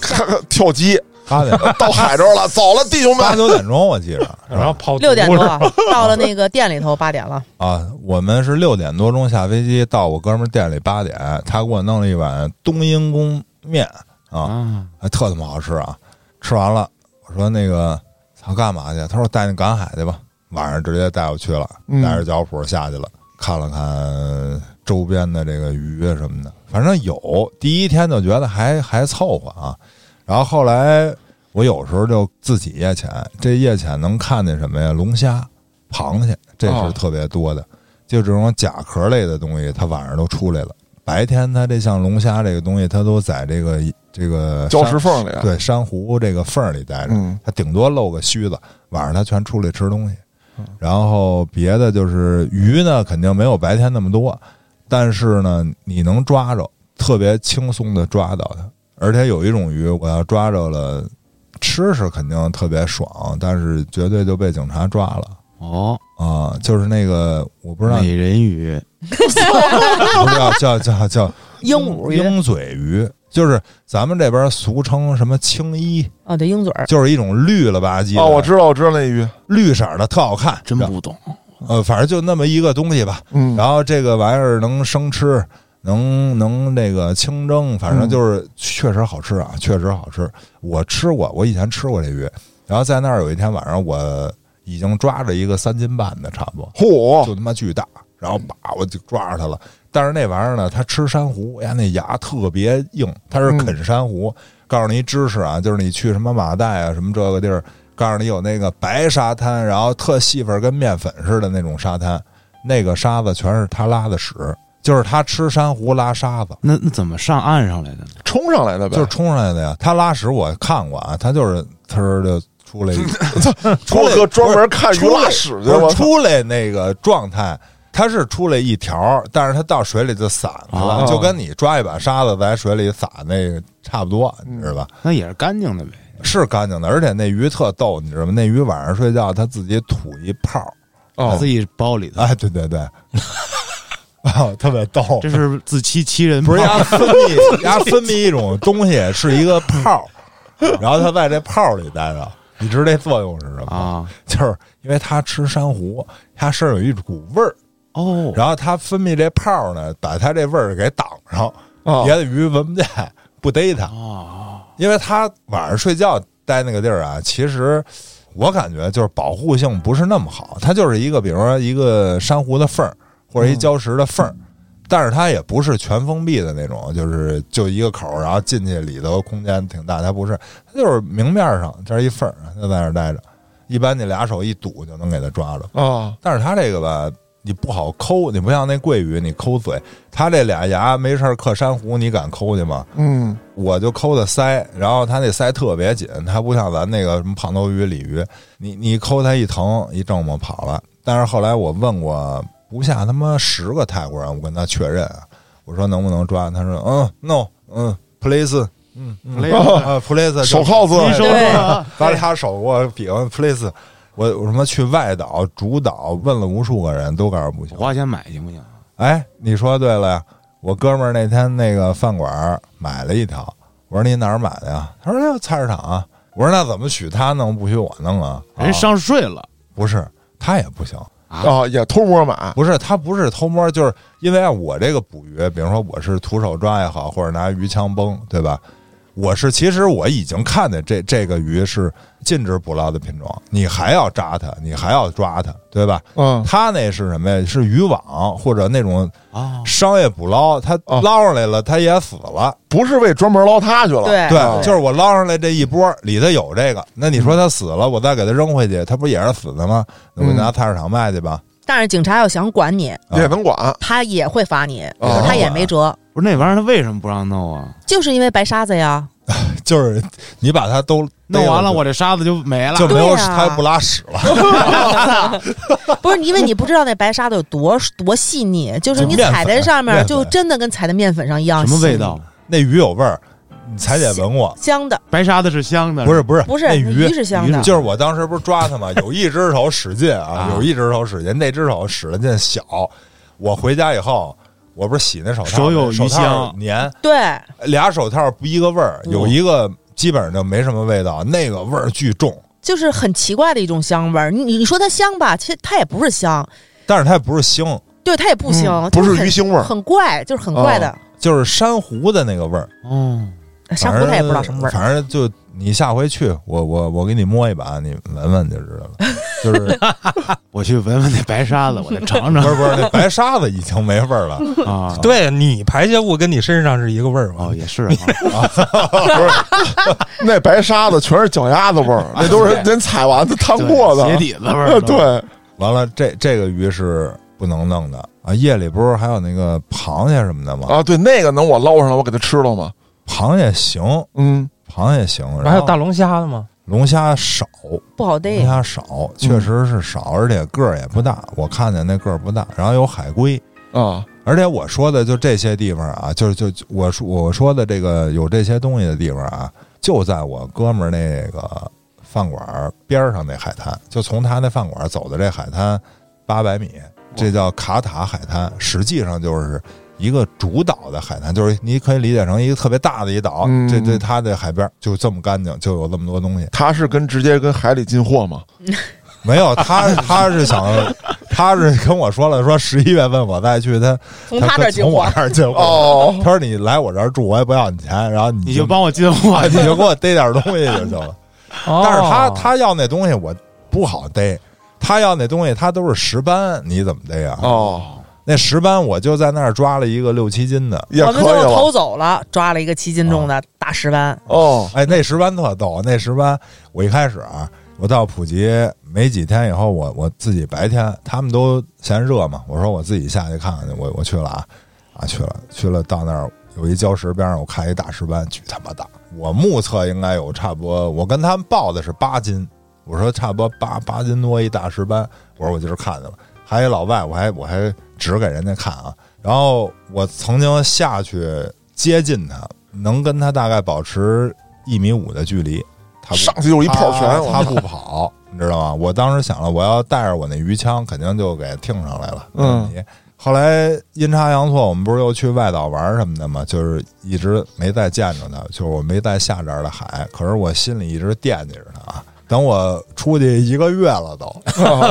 S3: 看看 跳机
S1: 八点
S3: 到海州了，走了，弟兄
S1: 八
S3: 们。
S1: 九点钟我记着是
S5: 然后
S1: 吧？
S5: 跑
S2: 六点多
S5: 是吧
S2: 啊到了那个店里头，八 点了。
S1: 啊，我们是六点多钟下飞机，到我哥们儿店里八点，他给我弄了一碗冬阴功面啊，
S4: 啊，
S1: 哎，特他妈好吃啊！吃完了，我说那个操干嘛去？他说带你赶海去吧。晚上直接带我去了，
S3: 嗯
S1: 带着脚蹼下去了，看了看周边的这个鱼啊什么的，反正有。第一天就觉得还还凑合啊，然后后来我有时候就自己夜潜，这夜潜能看见什么呀？龙虾、螃蟹，这
S3: 哦
S1: 是特别多的。就这种甲壳类的东西，它晚上都出来了。白天它这像龙虾这个东西，它都在这个这个
S3: 礁
S1: 山
S3: 石缝里，啊
S2: 啊
S1: 对珊瑚这个缝儿里待着，
S3: 嗯
S1: 它顶多露个须子，晚上它全出来吃东西。
S2: 嗯
S1: 然后别的就是鱼呢，肯定没有白天那么多，但是呢，你能抓着，特别轻松的抓到它。而且有一种鱼，我要抓着了，吃是肯定特别爽，但是绝对就被警察抓了
S4: 哦，
S1: 啊、就是那个，我不知道
S4: 美人鱼，
S1: 不是叫叫叫叫
S2: 嗯鹦鹉鱼
S1: 鹰嘴鱼，就是咱们这边俗称什么青衣，
S2: 啊，对，鹰嘴儿，
S1: 就是一种绿了吧唧的，
S3: 哦，我知道，我知道那鱼，
S1: 绿色的特好看，
S4: 真不懂，
S1: 呃，反正就那么一个东西吧。
S3: 嗯，
S1: 然后这个玩意儿能生吃，能能那个清蒸，反
S3: 嗯
S1: 正就是确实好吃啊，确实好吃。我吃过，我以前吃过这鱼。然后在那儿有一天晚上，我已经抓着一个三斤半的，差不多。
S3: 嚯，
S1: 就他妈巨大，然后叭我就抓着它了。但是那玩意儿呢，它吃珊瑚，哎呀，那牙特别硬，它是啃珊瑚。告诉你一知识啊，就是你去什么马代啊，什么这个地儿，告诉你有那个白沙滩，然后特细粉儿跟面粉似的那种沙滩，那个沙子全是它拉的屎，就是它吃珊瑚拉沙子，
S4: 那那怎么上岸上来的呢？
S3: 冲上来的呗，
S1: 就是冲上来的呀。它拉屎我看过啊，它就是呲儿就出 来一，
S3: 郭
S1: 来
S3: 哥专门看鱼
S1: 出
S3: 拉
S1: 来
S3: 屎去，
S1: 不
S3: 我
S1: 是
S3: 操
S1: 出来那个状态，它是出来一条儿，但是它到水里就散开了，
S4: 啊
S1: 就跟你抓一把沙子在水里撒那个差不多，你知道吧？
S4: 那也是干净的呗。
S3: 嗯
S1: 是干净的，而且那鱼特逗，你知道吗？那鱼晚上睡觉，它自己吐一泡儿，哦
S4: 他自己包里头，
S1: 哎，对 对对，啊，特别逗，
S4: 这是自欺欺人
S1: 不
S4: 吧，
S1: 是它分泌，它分泌一种东西，是一个泡儿，然后它在这泡儿里待着，你知道这作用是什么吗？
S4: 啊？
S1: 就是因为它吃珊瑚，它身上有一股味儿。
S4: 哦，
S1: 然后它分泌这泡儿呢，把它这味儿给挡上，
S3: 啊
S1: 别的鱼闻不见，不逮它，
S4: 哦，
S1: 因为它晚上睡觉待那个地儿啊，其实我感觉就是保护性不是那么好，它就是一个比如说一个珊瑚的缝儿或
S4: 嗯
S1: 者一礁石的缝儿。但是它也不是全封闭的那种，就是就一个口儿，然后进去里头空间挺大。它不是，它就是明面上这儿一缝儿，它就在那儿待着。一般你俩手一堵就能给它抓着。
S3: 啊，
S1: 但是它这个吧，你不好抠，你不像那桂鱼，你抠嘴，它这俩牙没事儿刻珊瑚，你敢抠去吗？
S3: 嗯，
S1: 我就抠它腮，然后它那腮特别紧，它不像咱那个什么胖头鱼、鲤鱼，你你抠它一疼一挣么跑了。但是后来我问过不下他妈十个泰国人，我跟他确认啊，我说能不能抓？他说嗯，no，嗯，please，嗯嗯啊，please，
S3: 哦手铐子，
S4: 你说
S2: 对
S4: 说
S1: 把他手给我比划 please，我我他妈去外岛、主岛问了无数个人都告诉不行
S4: 我。花钱买行不行？
S1: 哎，你说对了呀，我哥们儿那天那个饭馆儿买了一条，我说你哪儿买的呀？他说那菜市场啊。我说那怎么许他弄不许我弄啊？啊
S4: 人上税了，
S1: 不是他也不行，
S3: 啊，也偷摸买，
S1: 不是他不是偷摸，就是因为啊我这个捕鱼，比如说我是徒手抓也好，或者拿鱼枪崩，对吧？我是其实我已经看见这这个鱼是禁止捕捞的品种，你还要扎它，你还要抓它，对吧？
S3: 嗯，
S1: 它那是什么呀？是渔网或者那种
S4: 啊，
S1: 商业捕捞，它
S3: 哦
S1: 捞上来了，它也死了。
S3: 不是为专门捞它去了，
S2: 对
S1: 对，就是我捞上来这一波，里头有这个，那你说它死了，我再给它扔回去，它不也是死的吗？那我
S3: 嗯
S1: 拿菜市场卖去吧。
S2: 但是警察要想管你，
S1: 啊
S3: 也能管。
S2: 他也会罚你，
S3: 哦
S2: 他也没辙，
S4: 不是那玩意儿，他为什么不让弄啊？
S2: 就是因为白沙子呀。
S1: 就是你把它都
S4: 弄完了，
S1: 逮
S4: 我这沙子就没了。
S1: 就没有
S2: 对啊
S1: 它不拉屎了。
S2: 不是因为你不知道那白沙子有多多细腻，就是你
S1: 就面粉
S2: 踩在上面
S1: 面粉
S2: 就真的跟踩在面粉上一样。
S4: 什么味？道？
S1: 那鱼有味儿，你才得闻过。
S2: 香的，
S4: 白沙子嗯是香的，
S1: 不是不是
S2: 不是
S1: 那
S2: 鱼是香
S4: 鱼
S2: 的
S4: 是，
S1: 就是我当时不是抓它吗？有一只手使劲啊
S4: 啊，
S1: 有一只手使劲，那只手使的劲小。我回家以后，我不是洗那手套吗，
S4: 手有余
S1: 手套
S4: 香
S1: 粘，
S2: 对，
S1: 俩手套不一个味
S2: 嗯
S1: 儿，有一个基本上就没什么味道，那个味儿巨重，
S2: 就是很奇怪的一种香味儿。你你说它香吧，其实它也不是香，
S1: 但是它也不是腥，
S2: 对，它也不香，
S3: 嗯
S2: 就
S3: 不是
S2: 很
S3: 鱼腥味儿
S2: 很怪，就是很怪的。
S1: 就是珊瑚的那个味儿。
S4: 嗯，
S2: 珊瑚它也不知道什么味儿，
S1: 反正就你下回去，我我我给你摸一把，你闻闻就知道了。 就是
S4: 我去闻闻那白沙子，我得尝
S1: 不
S4: 尝
S1: 是不是，那白沙子已经没味儿了。
S4: 啊。
S5: 对你排泄物跟你身上是一个味儿吗？
S4: 哦，也是啊，
S3: 那白沙子全是脚丫子味儿，那都是人踩完的烫过的
S4: 对鞋。底子味
S3: 呃
S1: 啊
S4: 儿。
S3: 对，
S1: 完了，这这个鱼是不能弄的啊。夜里不是还有那个螃蟹什么的吗？
S5: 哦
S3: 啊，对，那个能我捞上来，我给它吃了吗？
S1: 螃蟹行，
S3: 嗯，
S1: 螃蟹行，
S5: 还
S1: 然
S5: 有
S1: 后
S5: 大龙虾的吗？
S1: 龙虾少，
S2: 不好逮
S1: 龙。虾少，确实是少，而且个儿也不大。我看见那个儿不大，然后有海龟，
S3: 啊，
S1: 而且我说的就这些地方啊，就是就就我说我说的这个有这些东西的地方啊，就在我哥们儿那个饭馆儿边儿上那海滩，就从他那饭馆儿走的这海滩八百米，这叫卡塔海滩，实际上就是一个主岛的海滩，就是你可以理解成一个特别大的一岛，
S3: 嗯
S1: 这这它的海边儿就这么干净，就有这么多东西。
S3: 它是跟直接跟海里进货吗？
S1: 没有他，他是想，他是跟我说了，说十一月份我再去他，
S2: 从他这儿进
S1: 从我
S2: 货
S1: 这儿进货。
S3: 哦，
S1: 他说你来我这儿住，我也不要你钱，然后你
S4: 你就帮我进货
S1: 我，你就给我逮点东西就行了。
S5: 哦
S1: 但是他 他要那东西我不好逮，他要那东西他都是石斑，你怎么逮呀、
S3: 哦，
S1: 那石斑我就在那儿抓了一个六七斤的，
S3: 也
S2: 我
S3: 可
S2: 们
S3: 以
S2: 最后
S3: 了。
S2: 偷走了，抓了一个七斤重的大石斑，
S3: 哦，
S1: 哎，那石斑特逗，那石斑我一开始啊，我到普吉没几天以后，我我自己白天他们都嫌热嘛，我说我自己下去看看去，我我去了啊啊去了去了，到那儿有一礁石边上，我看一大石斑，巨他妈大，我目测应该有差不多，我跟他们报的是八斤，我说差不多八八斤多一大石斑，我说我今儿看见了，还有一老外，我还我还指给人家看啊，然后我曾经下去接近他。能跟他大概保持一米五的距离，他不
S3: 上去就是一炮
S1: 他
S3: 拳，我
S1: 他不跑，你知道吗？我当时想了，我要带着我那鱼枪，肯定就给听上来了。
S3: 嗯
S1: 没问题，后来阴差阳错，我们不是又去外岛玩什么的吗？就是一直没再见着他，就是我没再下这儿的海，可是我心里一直惦记着他啊。等我出去一个月了都，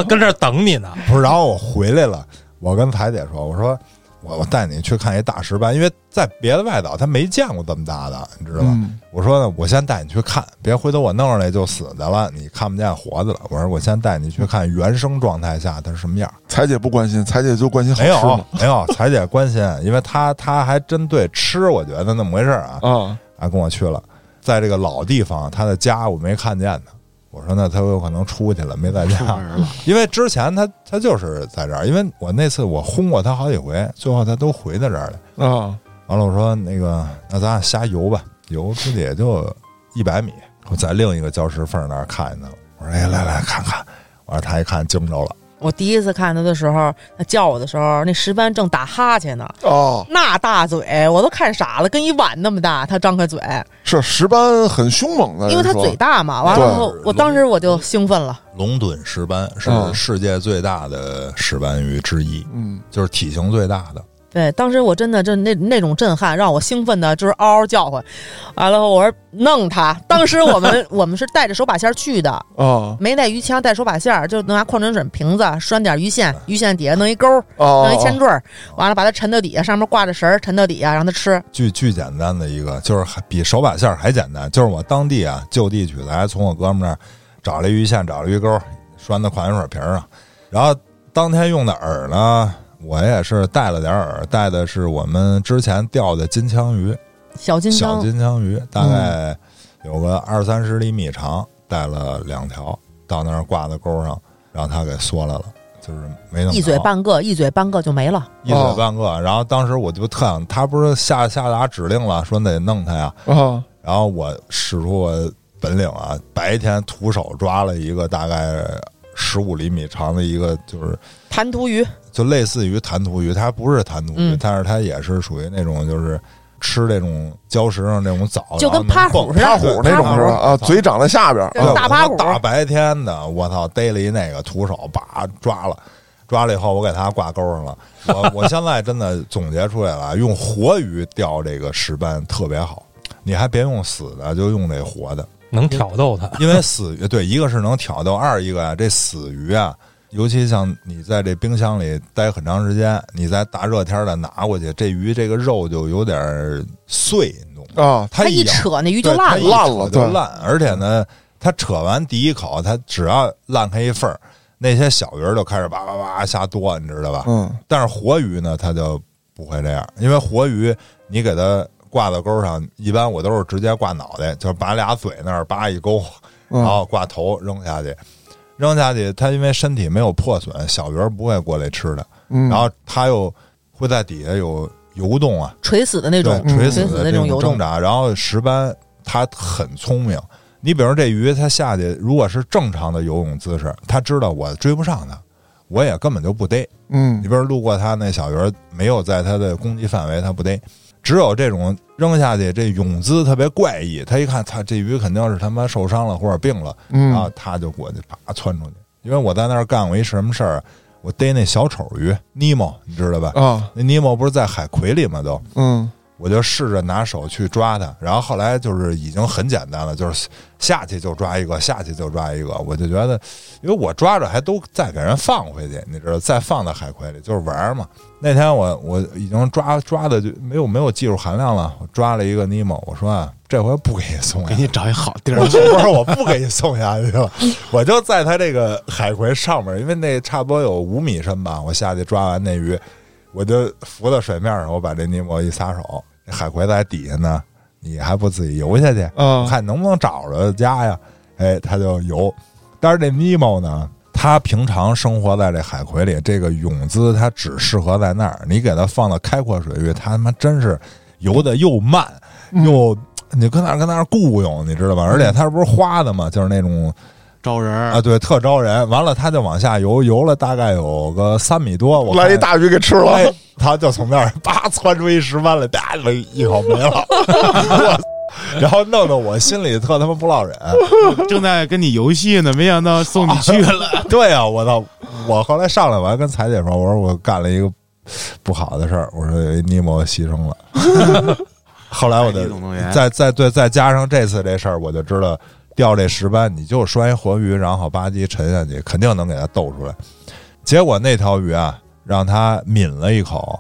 S5: 跟这儿等你 呢。
S1: 不是，然后我回来了，我跟彩姐说，我说我我带你去看一大石斑，因为在别的外岛他没见过这么大的，你知道吧？
S3: 嗯
S1: 我说呢，我先带你去看，别回头我弄上来就死的了，你看不见活的了。我说我先带你去看原生状态下它是什么样。
S3: 彩姐不关心，彩姐就关心好
S1: 没
S3: 吃
S1: 有
S3: 嘛。
S1: 没有， 彩姐关心，因为她她还真对吃，我觉得那么回事儿啊。
S4: 嗯
S3: 啊，
S1: 啊，跟我去了，在这个老地方，他的家我没看见呢。我说那他有可能出去了，没在
S4: 出
S1: 家
S4: 门了，
S1: 因为之前他他就是在这儿，因为我那次我轰过他好几回，最后他都回到这儿来。
S4: 嗯
S3: 啊，
S1: 完了，我说那个，那咱俩瞎游吧，游出去也就一百米。我在另一个礁石缝那儿看见他了，我说哎，来来看看。我说他一看惊着了，
S2: 我第一次看他的时候，他叫我的时候，那石斑正打哈欠呢，
S3: 哦，
S2: 那大嘴我都看傻了，跟一碗那么大，他张开嘴，
S3: 是石斑很凶猛的，
S2: 因为他
S3: 人说
S2: 嘴大嘛。完了
S3: 对
S2: 后，我当时我就兴奋了，
S1: 龙趸石斑是
S3: 嗯
S1: 世界最大的石斑鱼之一，
S3: 嗯，
S1: 就是体型最大的。
S2: 对，当时我真的就那那种震撼，让我兴奋的就是嗷嗷叫唤。完了后我说弄他。当时我们我们是带着手把线儿去的，
S3: 啊
S2: 没带鱼枪，带手把线儿，就拿矿泉水瓶子拴点鱼线，鱼线底下弄一钩儿，
S3: 啊
S2: 弄一铅坠儿，完了把它沉到底下，上面挂着绳儿，沉到底下让它吃。
S1: 巨巨简单的一个，就是还比手把线儿还简单。就是我当地啊，就地取材，从我哥们那儿找了鱼线，找了鱼钩，拴在矿泉水瓶儿上。然后当天用的饵呢，我也是带了点饵，带的是我们之前钓的金枪鱼，
S2: 小嗯金
S1: 小
S2: 枪，
S1: 金枪鱼，大概有个二三十厘米长，带了两条，到那儿挂在钩上，让它给缩来了，就是没弄
S2: 一嘴
S1: 着
S2: 半哦个，一嘴半个就没了。
S1: 一嘴半个。然后当时我就特想，他不是下下达指令了，说得弄他呀。
S3: 啊
S1: 然后我使出我本领啊，白天徒手抓了一个大概十五厘米长的一个，就是
S2: 弹涂鱼，
S1: 就类似于弹涂鱼，它不是弹涂鱼，
S2: 嗯
S1: 但是它也是属于那种就是吃这种礁石上这种藻，
S2: 就
S1: 然
S2: 跟
S1: 后能
S2: 趴虎
S1: 蹦
S2: 似的
S3: 大虎那种是吧？啊，嘴长在下边儿
S2: 对
S1: 对
S3: 啊
S2: 大
S1: 哎我
S2: 趴
S1: 他
S2: 虎
S1: 大白天的，我操，逮了一那个徒手，叭抓了，抓了以后我给它挂钩上了。我 我现在真的总结出来了，用活鱼钓这个石斑特别好，你还别用死的，就用这活的，
S5: 能挑逗 它。
S1: 因为死鱼对，一个是能挑逗，二一个啊，这死鱼啊。尤其像你在这冰箱里待很长时间，你在大热天的拿过去，这鱼这个肉就有点儿碎，你懂吗？
S3: 啊，
S1: 它
S2: 一
S1: 咬
S2: 扯那鱼就
S1: 对它
S2: 烂
S1: 一
S2: 了。
S3: 烂
S1: 扯
S3: 了
S1: 就
S3: 对
S1: 烂。而且呢，它扯完第一口，它只要烂开一份儿，那些小鱼儿就开始哇哇哇瞎多，你知道吧？
S3: 嗯
S1: 但是活鱼呢，它就不会这样，因为活鱼你给它挂到钩上，一般我都是直接挂脑袋，就是把俩嘴那儿叭一勾，然
S3: 嗯
S1: 后挂头扔下去。扔下去，它因为身体没有破损，小鱼儿不会过来吃的。
S3: 嗯，
S1: 然后它又会在底下有游动啊，
S2: 垂死的那种，
S1: 对垂
S2: 垂死
S1: 的
S2: 那
S1: 这
S2: 种
S1: 种
S2: 游动
S1: 挣，扎。然后石斑它很聪明，你比如这鱼它下去，如果是正常的游泳姿势，它知道我追不上它，我也根本就不逮。
S3: 嗯
S1: 你比如路过它那小鱼儿没有在它的攻击范围，它不逮。只有这种扔下去，这泳姿特别怪异，它一看，它这鱼肯定是他妈受伤了或者病了，然后
S3: 嗯
S1: 它就过去啪窜出去。因为我在那儿干过一什么事儿，我逮那小丑鱼尼莫，你知道吧？
S3: 啊
S1: 那尼莫不是在海葵里吗？都，
S3: 嗯
S1: 我就试着拿手去抓它，然后后来就是已经很简单了，就是下去就抓一个，下去就抓一个。我就觉得，因为我抓着还都再给人放回去，你知道，再放到海葵里就是玩儿嘛。那天我我已经抓抓的就没有没有技术含量了，我抓了一个尼莫，我说啊，这回不给你送
S4: 给
S1: 下去，
S4: 你找一好地儿
S1: 我。说不是我不给你送下去了，我就在它这个海葵上面，因为那差不多有五米深吧，我下去抓完那鱼，我就浮到水面上，我把这尼莫一撒手，那海葵在底下呢，你还不自己游下去，
S3: 啊
S1: 看能不能找着家呀？哎，它就游。但是这尼莫呢，它平常生活在这海葵里，这个泳姿它只适合在那儿，你给它放到开阔水域，它他妈真是游的又慢
S3: 嗯
S1: 又。你跟那儿跟那儿雇佣，你知道吧？而且它不是花的嘛，就是那
S3: 嗯
S1: 种
S4: 招人儿
S1: 啊，对，特招人。完了，它就往下游，游了大概有个三米多，我
S3: 来一
S1: 看
S3: 大鱼给吃了
S1: 哎，他就从那儿叭窜出一石斑来，啪的一口没 了， 我然后弄得我心里特他妈不落忍。
S4: 正在跟你游戏呢，没想到送你去了。
S1: 对啊，我操！我后来上来我还跟彩姐说，我说我干了一个不好的事儿，我说哎有一尼莫牺牲了。 后来我
S4: 海
S1: 的
S4: 底总动员
S1: 再再对再加上这次这事儿，我就知道钓这石斑，你就拴一活鱼，然后吧唧沉下去，肯定能给它逗出来。结果那条鱼啊，让它抿了一口，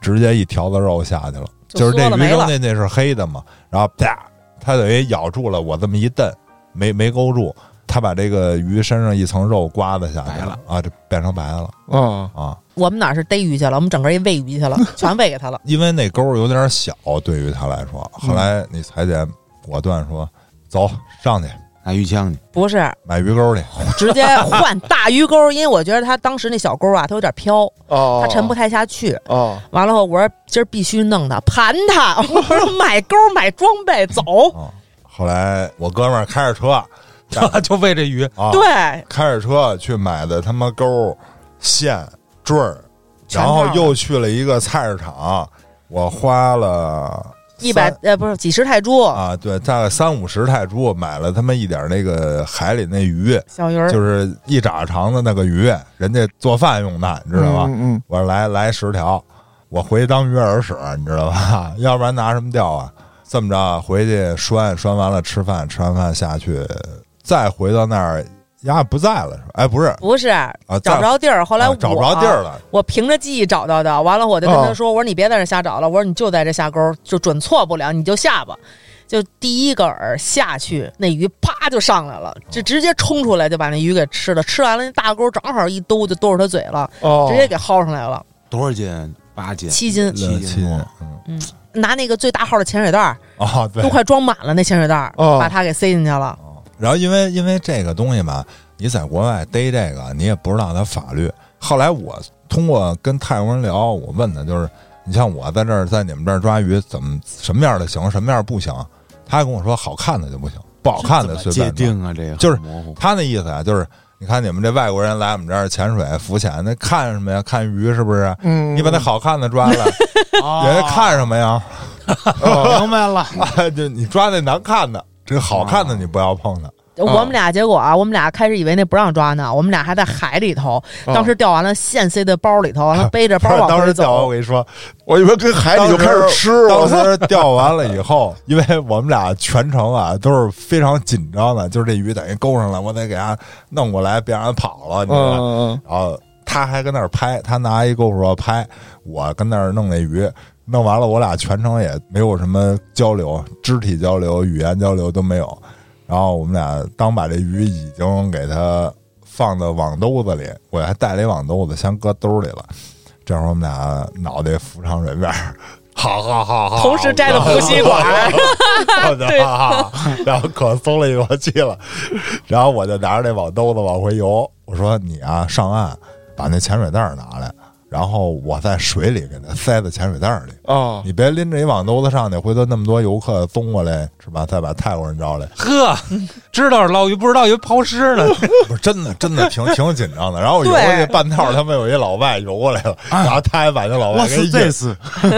S1: 直接一条子肉下去了，
S2: 就
S1: 就是这
S2: 缩了
S1: 鱼
S2: 没
S1: 扔
S2: 了
S1: 进去是黑的嘛，然后啪，它等于咬住了我这么一蹬，没没勾住，它把这个鱼身上一层肉刮子下去
S4: 白了
S1: 啊，这变成白的了
S3: 啊
S1: 啊，
S2: 我们哪是逮鱼去了，我们整个一喂鱼去了， 全喂给他了。
S1: 因为那钩儿有点小，对于它来说，后来你裁姐果断说走上去
S4: 拿鱼枪去，
S2: 不是，
S1: 买鱼钩去，
S2: 直接换大鱼钩，因为我觉得他当时那小钩啊，它有点飘，
S3: 啊，
S1: 哦
S2: 它沉不太下去。
S3: 啊
S2: 完了后，我说今儿必须弄它，盘它。 我说买钩买装备走，
S1: 啊。后来我哥们儿开着车啊
S5: 就喂这鱼，
S1: 啊，
S2: 对，
S1: 开着车去买的他妈钩儿、线、坠儿，
S2: 全
S1: 然后
S2: 套的
S1: 又去了一个菜市场，我花了
S2: 一百
S1: 三
S2: 呃不是几十泰铢，
S1: 啊，对，大概三五十泰铢买了他妈一点儿那个海里那鱼，
S2: 小
S3: 嗯
S2: 鱼儿
S1: 就是一拃长的那个鱼，人家做饭用的，你知道吧？
S3: 嗯嗯
S1: 我说来来十条，我回去当鱼饵使，你知道吧？ 要不然拿什么钓啊？这么着回去拴拴完了吃饭，吃完饭下去，再回到那儿，丫不在了，是吧哎，不是
S2: 不是
S1: 啊，
S2: 找
S1: 再
S2: 不着地儿，后来
S1: 啊
S2: 我
S1: 找不着地儿了，
S2: 我凭着记忆找到的。完了，我就跟
S3: 哦
S2: 他说：“我说你别在这瞎找了，我说你就在这下钩，就准错不了，你就下吧。”就第一个饵下去，那鱼啪就上来了，就直接冲出来就把那鱼给吃了。吃完了，那大钩正好一兜就兜着他嘴了，
S3: 哦
S2: 直接给薅上来了，
S4: 多少斤？啊八斤。
S2: 七斤。
S4: 七
S1: 亲
S4: 斤多
S1: 嗯
S2: 拿那个最大号的潜水袋儿
S1: 哦，对
S2: 都，快装满了，那潜水袋儿
S3: 哦
S2: 把它给塞进去了。
S1: 然后因为因为这个东西吧，你在国外逮这个，你也不知道它法律。后来我通过跟泰国人聊，我问他就是，你像我在这儿在你们这儿抓鱼，怎么什么样的行，什么样不行？他还跟我说，好看的就不行，不好看的
S4: 怎
S1: 随
S4: 么界
S1: 便抓。
S4: 定啊，这个
S1: 就是
S4: 很模糊。
S1: 他那意思啊，就是你看你们这外国人来我们这儿潜水、浮潜，那看什么呀？看鱼是不是？
S3: 嗯
S1: 你把那好看的抓来，人家看什么呀？啊
S4: 哦明白 了，
S1: 就你抓那难看的，这个好看的你不要碰它。
S2: 我们俩结果啊，我们俩开始以为那不让抓呢，我们俩还在海里头。
S3: 哦
S2: 当时钓完了，线塞在包里 头，完了背着包
S1: 不是
S2: 往
S1: 当
S2: 回
S1: 时钓完
S2: 走
S1: 我。跟你说，
S3: 我以为跟海哎里就开始吃
S1: 当
S3: 了，
S1: 时钓完了以后，因为我们俩全程啊都是非常紧张的，就是这鱼等于勾上了，我得给它弄过来，别让它跑了，你知道吧？
S3: 嗯，
S1: 然后他还跟那儿拍，他拿一 GoPro 拍，我跟那儿弄那鱼，弄完了我俩全程也没有什么交流，肢体交流、语言交流都没有。然后我们俩当把这鱼已经给它放到网兜子里，我还带了一网兜子，先搁兜里了。这会儿我们俩脑袋浮上水面儿，好好好好，
S2: 同时摘了呼 吸管，
S1: 我就哈哈，然后可松了一口气了。然后我就拿着那网兜子往回游，我说你啊上岸，把那潜水袋儿拿来，然后我在水里给它塞在潜水袋儿里，
S3: 啊，
S1: 你别拎着一网兜子上去，回头那么多游客综过来是吧？再把泰国人招来，
S5: 呵，知道是捞鱼，不知道鱼抛尸 呢。
S1: 不是真的，真的挺挺紧张的。然后我游过去
S2: 对
S1: 半道儿，他们有一老外游过来了，然后他还把那老外
S4: 我
S1: 给
S4: 哎是
S1: 引，
S4: 这次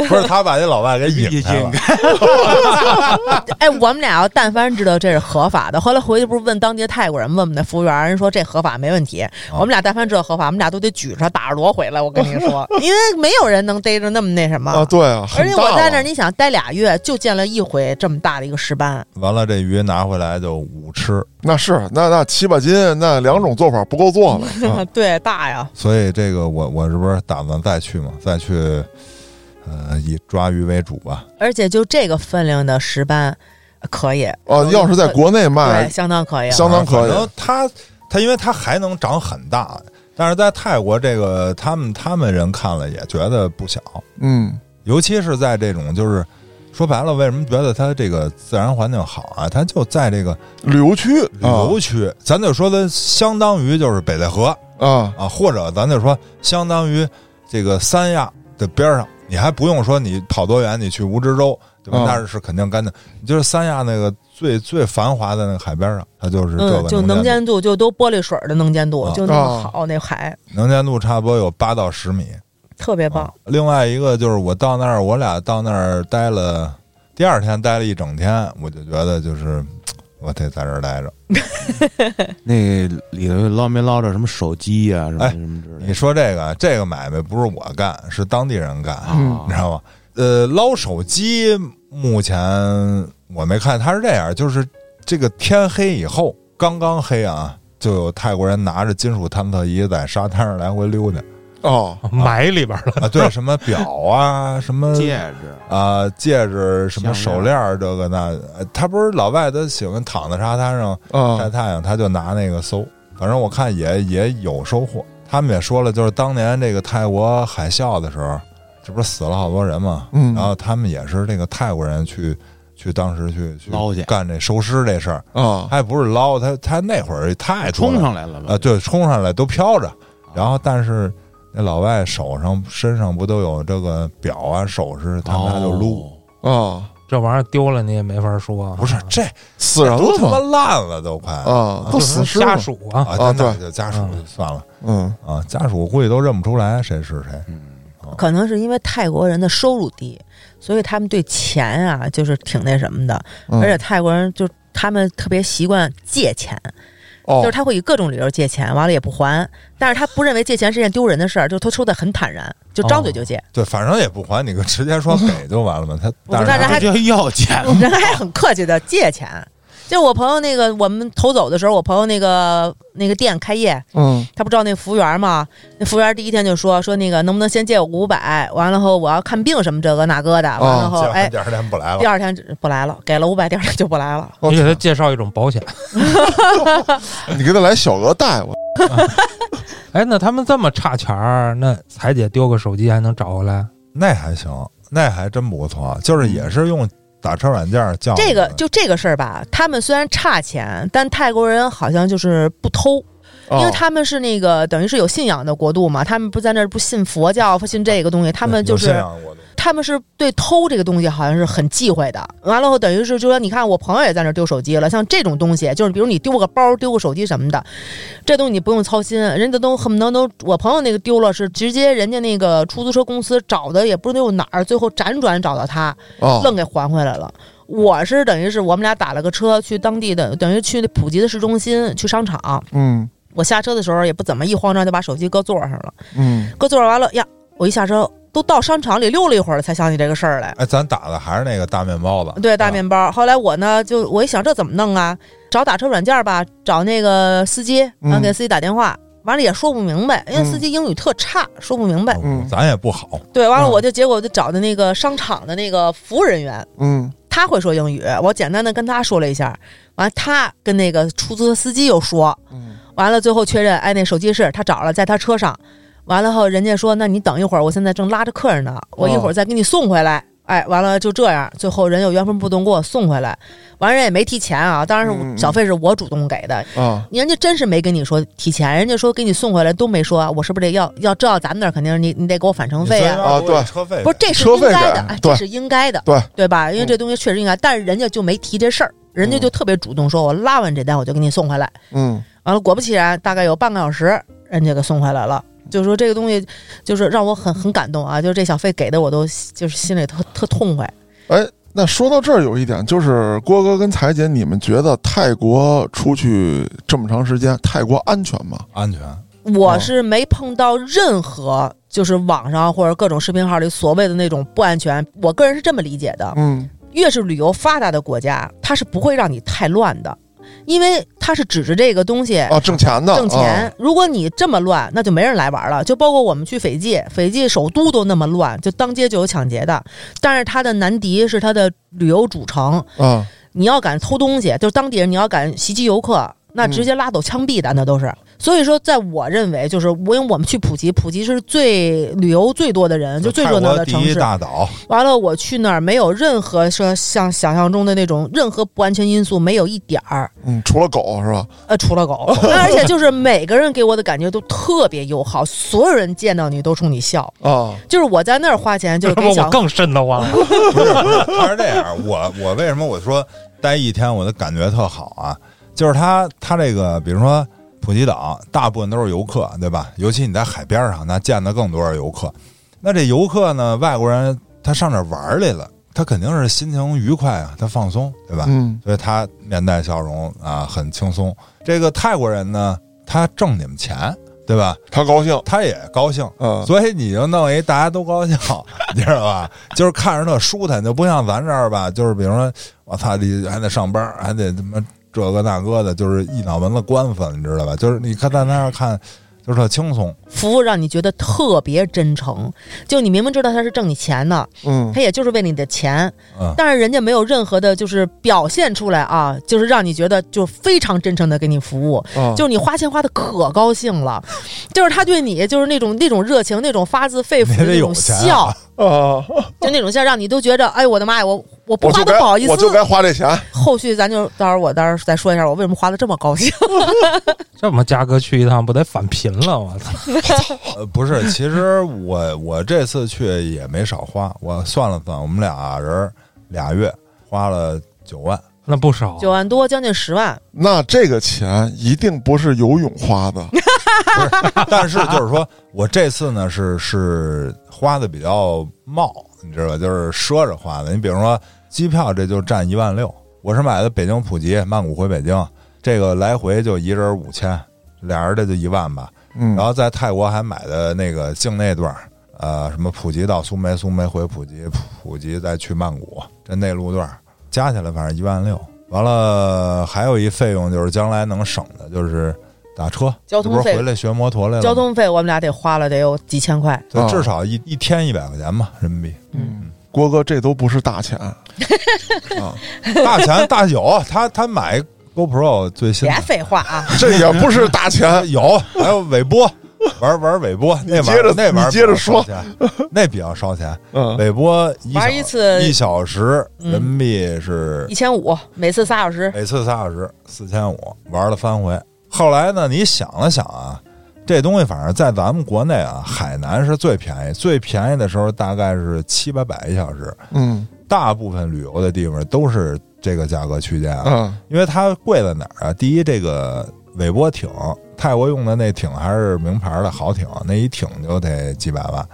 S1: 不是他把那老外给引 开了
S4: 引。
S2: 哎，我们俩要但凡知道这是合法的，后来回去不是问当地的泰国人，问我们的服务员，人说这合法没问题。
S3: 哦
S2: 我们俩但凡知道合法，我们俩都得举着打着锣回来。我跟你 说，因为没有人能逮着那么那什么。
S3: 啊，对啊，
S2: 而且我在那儿，
S3: 里
S2: 你想待俩月，就见了一回这么大的一个石斑，
S1: 完了，这鱼拿回来就五吃，
S3: 那是那那七八斤，那两种做法不够 做了，啊
S2: 对，大呀，
S1: 所以这个我我这不是打算再去嘛，再去，呃，以抓鱼为主吧。
S2: 而且就这个分量的石斑，可以，
S3: 啊，要是在国内卖
S2: 对，，相当可以。
S3: 相当可以
S1: 然后它它因为它还能长很大，但是在泰国这个他们他们人看了也觉得不小，
S3: 嗯，
S1: 尤其是在这种就是说白了，为什么觉得它这个自然环境好啊？它就在这个
S3: 旅游区，
S1: 旅游
S3: 哦
S1: 区，咱就说它相当于就是北戴河
S3: 啊
S1: 啊，或者咱就说相当于这个三亚的边儿上，你还不用说你跑多远，你去蜈支洲，对吧？
S3: 嗯
S1: 那是肯定干净。你就是三亚那个最最繁华的那个海边上，它就是这个
S2: 嗯，就
S1: 能
S2: 能见度，就都玻璃水儿的能见度
S1: 啊，
S2: 就那么
S3: 啊
S2: 好，那海
S1: 能见度差不多有八到十米。
S2: 特别棒
S1: 啊。另外一个就是我到那儿，我俩到那儿待了，第二天待了一整天，我就觉得就是。我得在这儿待着。
S4: 那里头捞没捞着什么手机呀、什么
S1: 哎
S4: 什么之类
S1: 你
S4: 的？
S1: 说这个这个买卖不是我干，是当地人干。你知
S4: 啊，
S1: 道吗？呃，捞手机目前我没看，它是这样，就是这个天黑以后，刚刚黑啊，就有泰国人拿着金属探测仪在沙滩上来回溜 达
S3: 哦，
S5: 埋里边了，
S1: 啊，对，什么表啊，什么
S4: 戒指
S1: 啊，戒指，什么手
S4: 项
S1: 链儿，这个那，呃他不是老外他喜欢躺在沙滩上晒
S3: 啊
S1: 太阳，他就拿那个搜，反正我看也也有收获。他们也说了，就是当年这个泰国海啸的时候，这不是死了好多人吗？
S3: 嗯
S1: 然后他们也是这个泰国人去去当时去去
S4: 捞去
S1: 干这收尸这事儿，
S3: 啊，
S1: 他也不是捞，他他那会儿太多了
S4: 冲上来了吧？啊
S1: 啊，对，冲上来都飘着，然后但是那老外手上身上不都有这个表啊首饰，他们俩就撸，
S4: 哦
S3: 啊，
S5: 这玩意儿丢了你也没法说啊。
S1: 不是这
S3: 死人
S1: 都
S3: 了
S1: 他妈
S3: 吗？
S1: 烂了都快
S3: 啊，都
S5: 就
S3: 死
S5: 是
S3: 尸
S5: 家
S3: 了，
S5: 属啊，
S1: 啊，那
S3: 对
S1: 就家属就算了
S3: 嗯，
S1: 啊，家属估计都认不出来谁是谁，
S2: 可能是因为泰国人的收入低，所以他们对钱啊就是挺那什么的，
S3: 嗯
S2: 而且泰国人就他们特别习惯借钱。
S3: 哦
S2: 就是他会以各种理由借钱，完了也不还，但是他不认为借钱是件丢人的事儿，
S3: 哦
S2: 就他说的很坦然，就张嘴就借，
S1: 对，反正也不还，你就直接说给就完了嘛。他
S2: 嗯我不
S1: 但
S2: 但
S1: 是
S2: 是还
S4: 这就要钱
S1: 嗯
S3: 哦
S4: 了。
S2: 人还哎很客气的借钱。就我朋友那个，我们偷走的时候，我朋友那个那个店开业，
S3: 嗯，
S2: 他不知道那服务员吗？那服务员第一天就说说那个能不能先借我五百？完了后我要看病什么这个那个的，
S3: 哦
S2: 完了后、
S1: 见
S2: 哎
S1: 完，第二天不来了
S2: 第，二天不来了，给了五百，第二天就不来了。
S1: 哦
S3: 我
S5: 我给
S3: 操
S5: 他介绍一种保险。
S3: 哦你给他来小额贷，我
S5: 哎，那他们这么差钱儿，那彩姐丢个手机还能找回来？
S1: 那还行，那还真不错，啊就是也是用打车软件叫
S2: 嗯这个
S1: 的
S2: 就这个事儿吧，他们虽然差钱，但泰国人好像就是不偷，
S3: 哦
S2: 因为他们是那个等于是有信仰的国度嘛，他们不在那儿不信佛教，不信这个东西，他们
S1: 对有
S2: 就
S1: 信
S2: 是
S1: 仰我都
S2: 他们是对偷这个东西好像是很忌讳的。完了后，等于是就说，你看我朋友也在那儿丢手机了，像这种东西，就是比如你丢个包、丢个手机什么的，这东西你不用操心，人家都恨不得都我朋友那个丢了是直接人家那个出租车公司找的，也不知道哪儿，最后辗转找到他，
S3: 哦
S2: 愣给还回来了。我是等于是我们俩打了个车去当地的，等于去那普吉的市中心去商场。
S3: 嗯
S2: 我下车的时候也不怎么一慌张就把手机搁座上了，
S3: 嗯，
S2: 搁座上完了呀，我一下车都到商场里溜了一会儿了才想起这个事儿来。
S1: 哎，咱打的还是那个大面包子，
S2: 对，大
S1: 啊
S2: 面包。后来我呢，就我一想这怎么弄啊？找打车软件吧，找那个司机，然后
S3: 嗯
S2: 给司机打电话，完了也说不明白，因为
S3: 嗯
S2: 司机英语特差，说不明白。
S3: 嗯
S1: 咱也不好，
S2: 对，完了
S3: 嗯
S2: 我就结果就找的那个商场的那个服务人员，
S3: 嗯
S2: 他会说英语，我简单的跟他说了一下，完了他跟那个出租车司机又说，
S3: 嗯
S2: 完了最后确认，哎，那手机是他找了，在他车上。完了后，人家说：“那你等一会儿，我现在正拉着客人呢，我一会儿再给你送回
S3: 哦
S2: 来。哎，完了就这样，最后人又原封不动给我送回来，完人也没提钱啊，当然
S3: 嗯嗯
S2: 是小费是我主动给的，
S3: 啊，
S2: 人家真是没跟你说提钱，人家说给你送回来都没说啊，我是不是得要要这要咱们那儿肯定是你你得给我返程费啊，
S3: 啊对
S1: 车费
S2: 不是这是
S3: 车
S2: 应
S3: 费
S2: 该
S3: 给
S2: 的，哎，
S3: 对
S2: 这是应该的，
S3: 对
S2: 对吧？因为
S3: 嗯
S2: 这东西确实应该，但是人家就没提这事儿，人家就特别主动说，我拉完这单我就给你送回来。
S3: 嗯
S2: 完了，果不其然，大概有半个小时，人家给送回来了。就是说这个东西，就是让我很很感动啊！就是这小费给的，我都就是心里特特痛快。
S3: 哎。那说到这儿，有一点就是郭哥跟彩姐，你们觉得泰国出去这么长时间，泰国安全吗？
S1: 安全。
S3: 哦
S2: 我是没碰到任何就是网上或者各种视频号里所谓的那种不安全。我个人是这么理解的，
S3: 嗯
S2: 越是旅游发达的国家，它是不会让你太乱的，因为它是指着这个东西
S3: 啊，挣钱的，
S1: 哦
S2: 挣钱
S3: 啊。
S2: 如果你这么乱，那就没人来玩了。就包括我们去斐济，斐济首都都那么乱，就当街就有抢劫的。但是它的难敌是它的旅游主城，
S3: 啊，
S2: 你要敢偷东西，就是当地人你要敢袭击游客，那直接拉走枪毙的，那都是。所以说，在我认为，就是我因为我们去普吉，普吉是最旅游最多的人，就最热闹的
S1: 泰国
S2: 城
S1: 第一
S2: 市。
S1: 大岛，
S2: 完了，我去那儿没有任何说像想象中的那种任何不安全因素，没有一点儿。
S3: 嗯，除了狗是吧？
S2: 呃，除了狗，而且就是每个人给我的感觉都特别友好，所有人见到你都冲你笑。
S3: 啊，
S2: 就是我在那儿花钱，就是
S5: 要
S2: 给
S5: 不
S2: 小
S5: 我更瘆得慌了。
S1: 不是，不是，他是这样。我我为什么我说待一天我的感觉特好啊？就是他他这个，比如说普吉岛，大部分都是游客，对吧？尤其你在海边上，那见的更多是游客。那这游客呢，外国人他上这玩儿来了，他肯定是心情愉快啊，他放松，对吧？
S3: 嗯
S1: 所以他面带笑容啊，很轻松。这个泰国人呢，他挣你们钱，对吧？
S3: 他高兴，
S1: 他也高兴，
S3: 嗯
S1: 所以你就弄一大家都高兴， 你知道吧？就是看着特舒坦，就不像咱这儿吧，就是比如说，我操，你还得上班，还得他妈这个那个的，就是一脑门子官司，你知道吧？就是你看在那儿看，就是特轻松，
S2: 服务让你觉得特别真诚。就你明明知道他是挣你钱的，
S3: 嗯
S2: 他也就是为你的钱，
S1: 嗯
S2: 但是人家没有任何的，就是表现出来啊，就是让你觉得就非常真诚的给你服务。
S3: 啊，
S2: 就是你花钱花的可高兴了，就是他对你就是那种那种热情，那种发自肺腑
S1: 你
S2: 的
S1: 得
S2: 那
S1: 有
S2: 种
S1: 钱啊
S2: 笑，
S3: 啊，
S2: 就那种笑，让你都觉着，哎，我的妈呀，我我不
S3: 我
S2: 花
S3: 就
S2: 都
S3: 该
S2: 不好意思。
S3: 我就该花这钱，
S2: 后续咱就到时候我到时候再说一下，我为什么花的这么高兴。
S5: 这么嘉哥去一趟，不得返贫了？我操！
S1: 呃，不是， 其实我我这次去也没少花，我算了算，我们俩人俩月花了九万，
S5: 那不少。
S2: 九万多，将近十万，
S3: 那这个钱一定不是游泳花 的，
S1: 不是，但是就是说我这次呢是是花的比较冒，你知道吧？就是奢着花的。你比如说机票，这就占一万六，我是买的北京普吉、曼谷回北京，这个来回就一人五千，俩人的就一万吧。
S3: 嗯，
S1: 然
S2: 啊
S1: 后在泰国还买的那个境内段儿，呃，什么普吉到苏梅，苏梅回普吉，普吉再去曼谷，这内陆段儿加起来反正一万六。完了，还有一费用就是将来能省的，就是打车。
S2: 交通
S1: 这不
S2: 费
S1: 是回来学摩托来了吗？
S2: 交通费我们俩得花了得有几千块，
S1: 对
S3: 啊
S1: 至少一一天一百块钱吧，人民币。
S3: 郭哥这都不是大钱，
S1: 大钱大有，他他买 GoPro 最新
S2: 别
S1: 的，
S2: 废话啊！
S3: 这也不是大钱
S1: 有，还有尾波，玩玩尾波，那玩
S3: 接着
S1: 那玩
S3: 你接着说
S1: 比较烧钱，那比较烧钱。
S3: 嗯，
S1: 尾波一小
S2: 玩一次
S1: 一小时
S2: 嗯
S1: 人民币是
S2: 一千五，每次仨小时，
S1: 每次仨小时四千五，玩了三回。后来呢，你想了想啊，这东西反正在咱们国内啊，海南是最便宜，最便宜的时候大概是七八百一小时，
S3: 嗯
S1: 大部分旅游的地方都是这个价格区间啊。
S3: 嗯
S1: 因为它贵在哪儿啊？第一，这个尾波艇，泰国用的那艇还是名牌的好艇，那一艇就得几百万，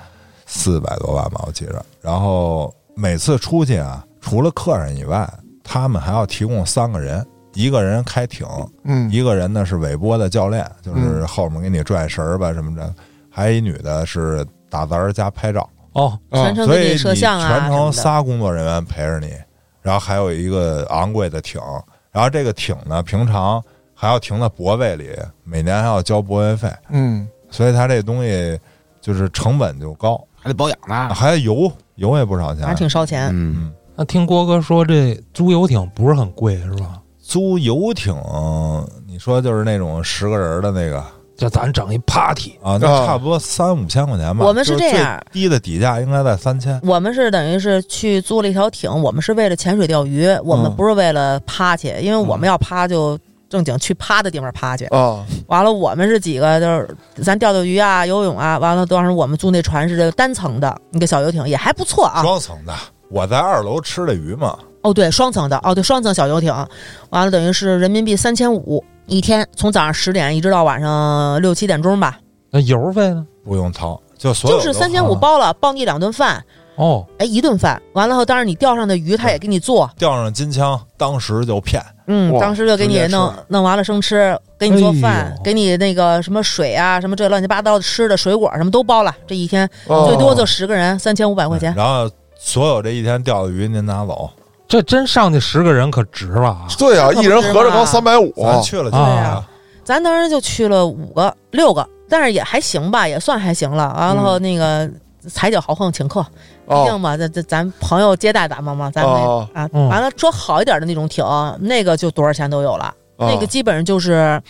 S1: 四百多万吧，我记着。然后每次出去啊，除了客人以外，他们还要提供三个人，一个人开艇，
S3: 嗯，
S1: 一个人呢是尾波的教练，就是后面给你拽绳儿吧什么的，还有一女的是打杂儿加拍照。
S5: 哦，
S3: 啊
S2: 全程
S1: 哎所以
S2: 给
S1: 你
S2: 摄像啊
S1: 全
S2: 什么
S1: 程
S2: 的。
S1: 仨工作人员陪着你，然后还有一个昂贵的艇，然后这个艇呢，平常还要停在泊位里，每年还要交泊位费，
S3: 嗯，
S1: 所以它这东西就是成本就高，
S4: 还得保养
S2: 啊
S4: 呢。
S1: 还有油，油也不少
S2: 反正
S1: 钱。
S2: 挺烧钱，
S4: 嗯，
S5: 那听郭哥说这租游艇不是很贵是吧？
S1: 租游艇，你说就是那种十个人的那个
S5: 就咱整一 party，
S1: 啊，那
S3: 啊
S1: 差不多三五千块钱吧。
S2: 我们是
S1: 就是
S2: 这样
S1: 最低的底价应该在三千。
S2: 我们是等于是去租了一条艇，我们是为了潜水钓鱼，我们
S3: 嗯
S2: 不是为了趴去，因为我
S1: 嗯
S2: 们要趴就正经去趴的地方趴
S1: 哦
S2: 去。
S3: 啊，
S2: 完了，我们是几个就是咱钓钓鱼啊、游泳啊。完了，当时我们租那船是单层的那个小游艇，也还不错啊。
S1: 双层的，我在二楼吃的鱼嘛，
S2: 哦，对，双层的，哦，对，双层小游艇。完了，等于是人民币三千五一天，从早上十点一直到晚上六七点钟吧，
S5: 那油费呢？
S1: 不用掏，就所有
S2: 就
S1: 都
S2: 是三千
S1: 花
S2: 五包了，包你两顿饭，
S5: 哦，
S2: 哎，一顿饭。完了后，当然你钓上的鱼他也给你做，
S1: 钓上金枪，当时就骗。
S2: 嗯，
S3: 哇
S2: 当时就给
S3: 直
S2: 你
S3: 接
S2: 弄
S3: 吃
S2: 弄完了生吃，给你做
S5: 哎
S2: 饭
S5: 呦，
S2: 给你那个什么水啊，什么这乱七八糟的吃的水果什么都包了。这一天
S3: 哦
S2: 最多就十个人，三千五百块钱。
S1: 然后所有这一天钓的鱼您拿走，
S5: 这真上去十个人可值 了啊！
S3: 对啊，
S2: 这可不
S3: 一人
S2: 值
S3: 合着
S2: 嘛
S3: 刚三百五，
S1: 咱去了就
S5: 啊
S1: 行
S5: 对
S1: 了
S5: 啊
S2: 咱当时就去了五个六个，但是也还行吧，也算还行了。完了后
S1: 嗯
S2: 那个踩脚豪横请客，
S1: 哦
S2: 毕
S3: 啊
S2: 竟嘛，这这咱朋友接待咱们嘛，咱们那
S3: 啊
S2: 啊，
S5: 嗯
S2: 完了说好一点的那种艇，那个就多少钱都有了，
S1: 哦
S3: 啊
S2: 那个基本上就是，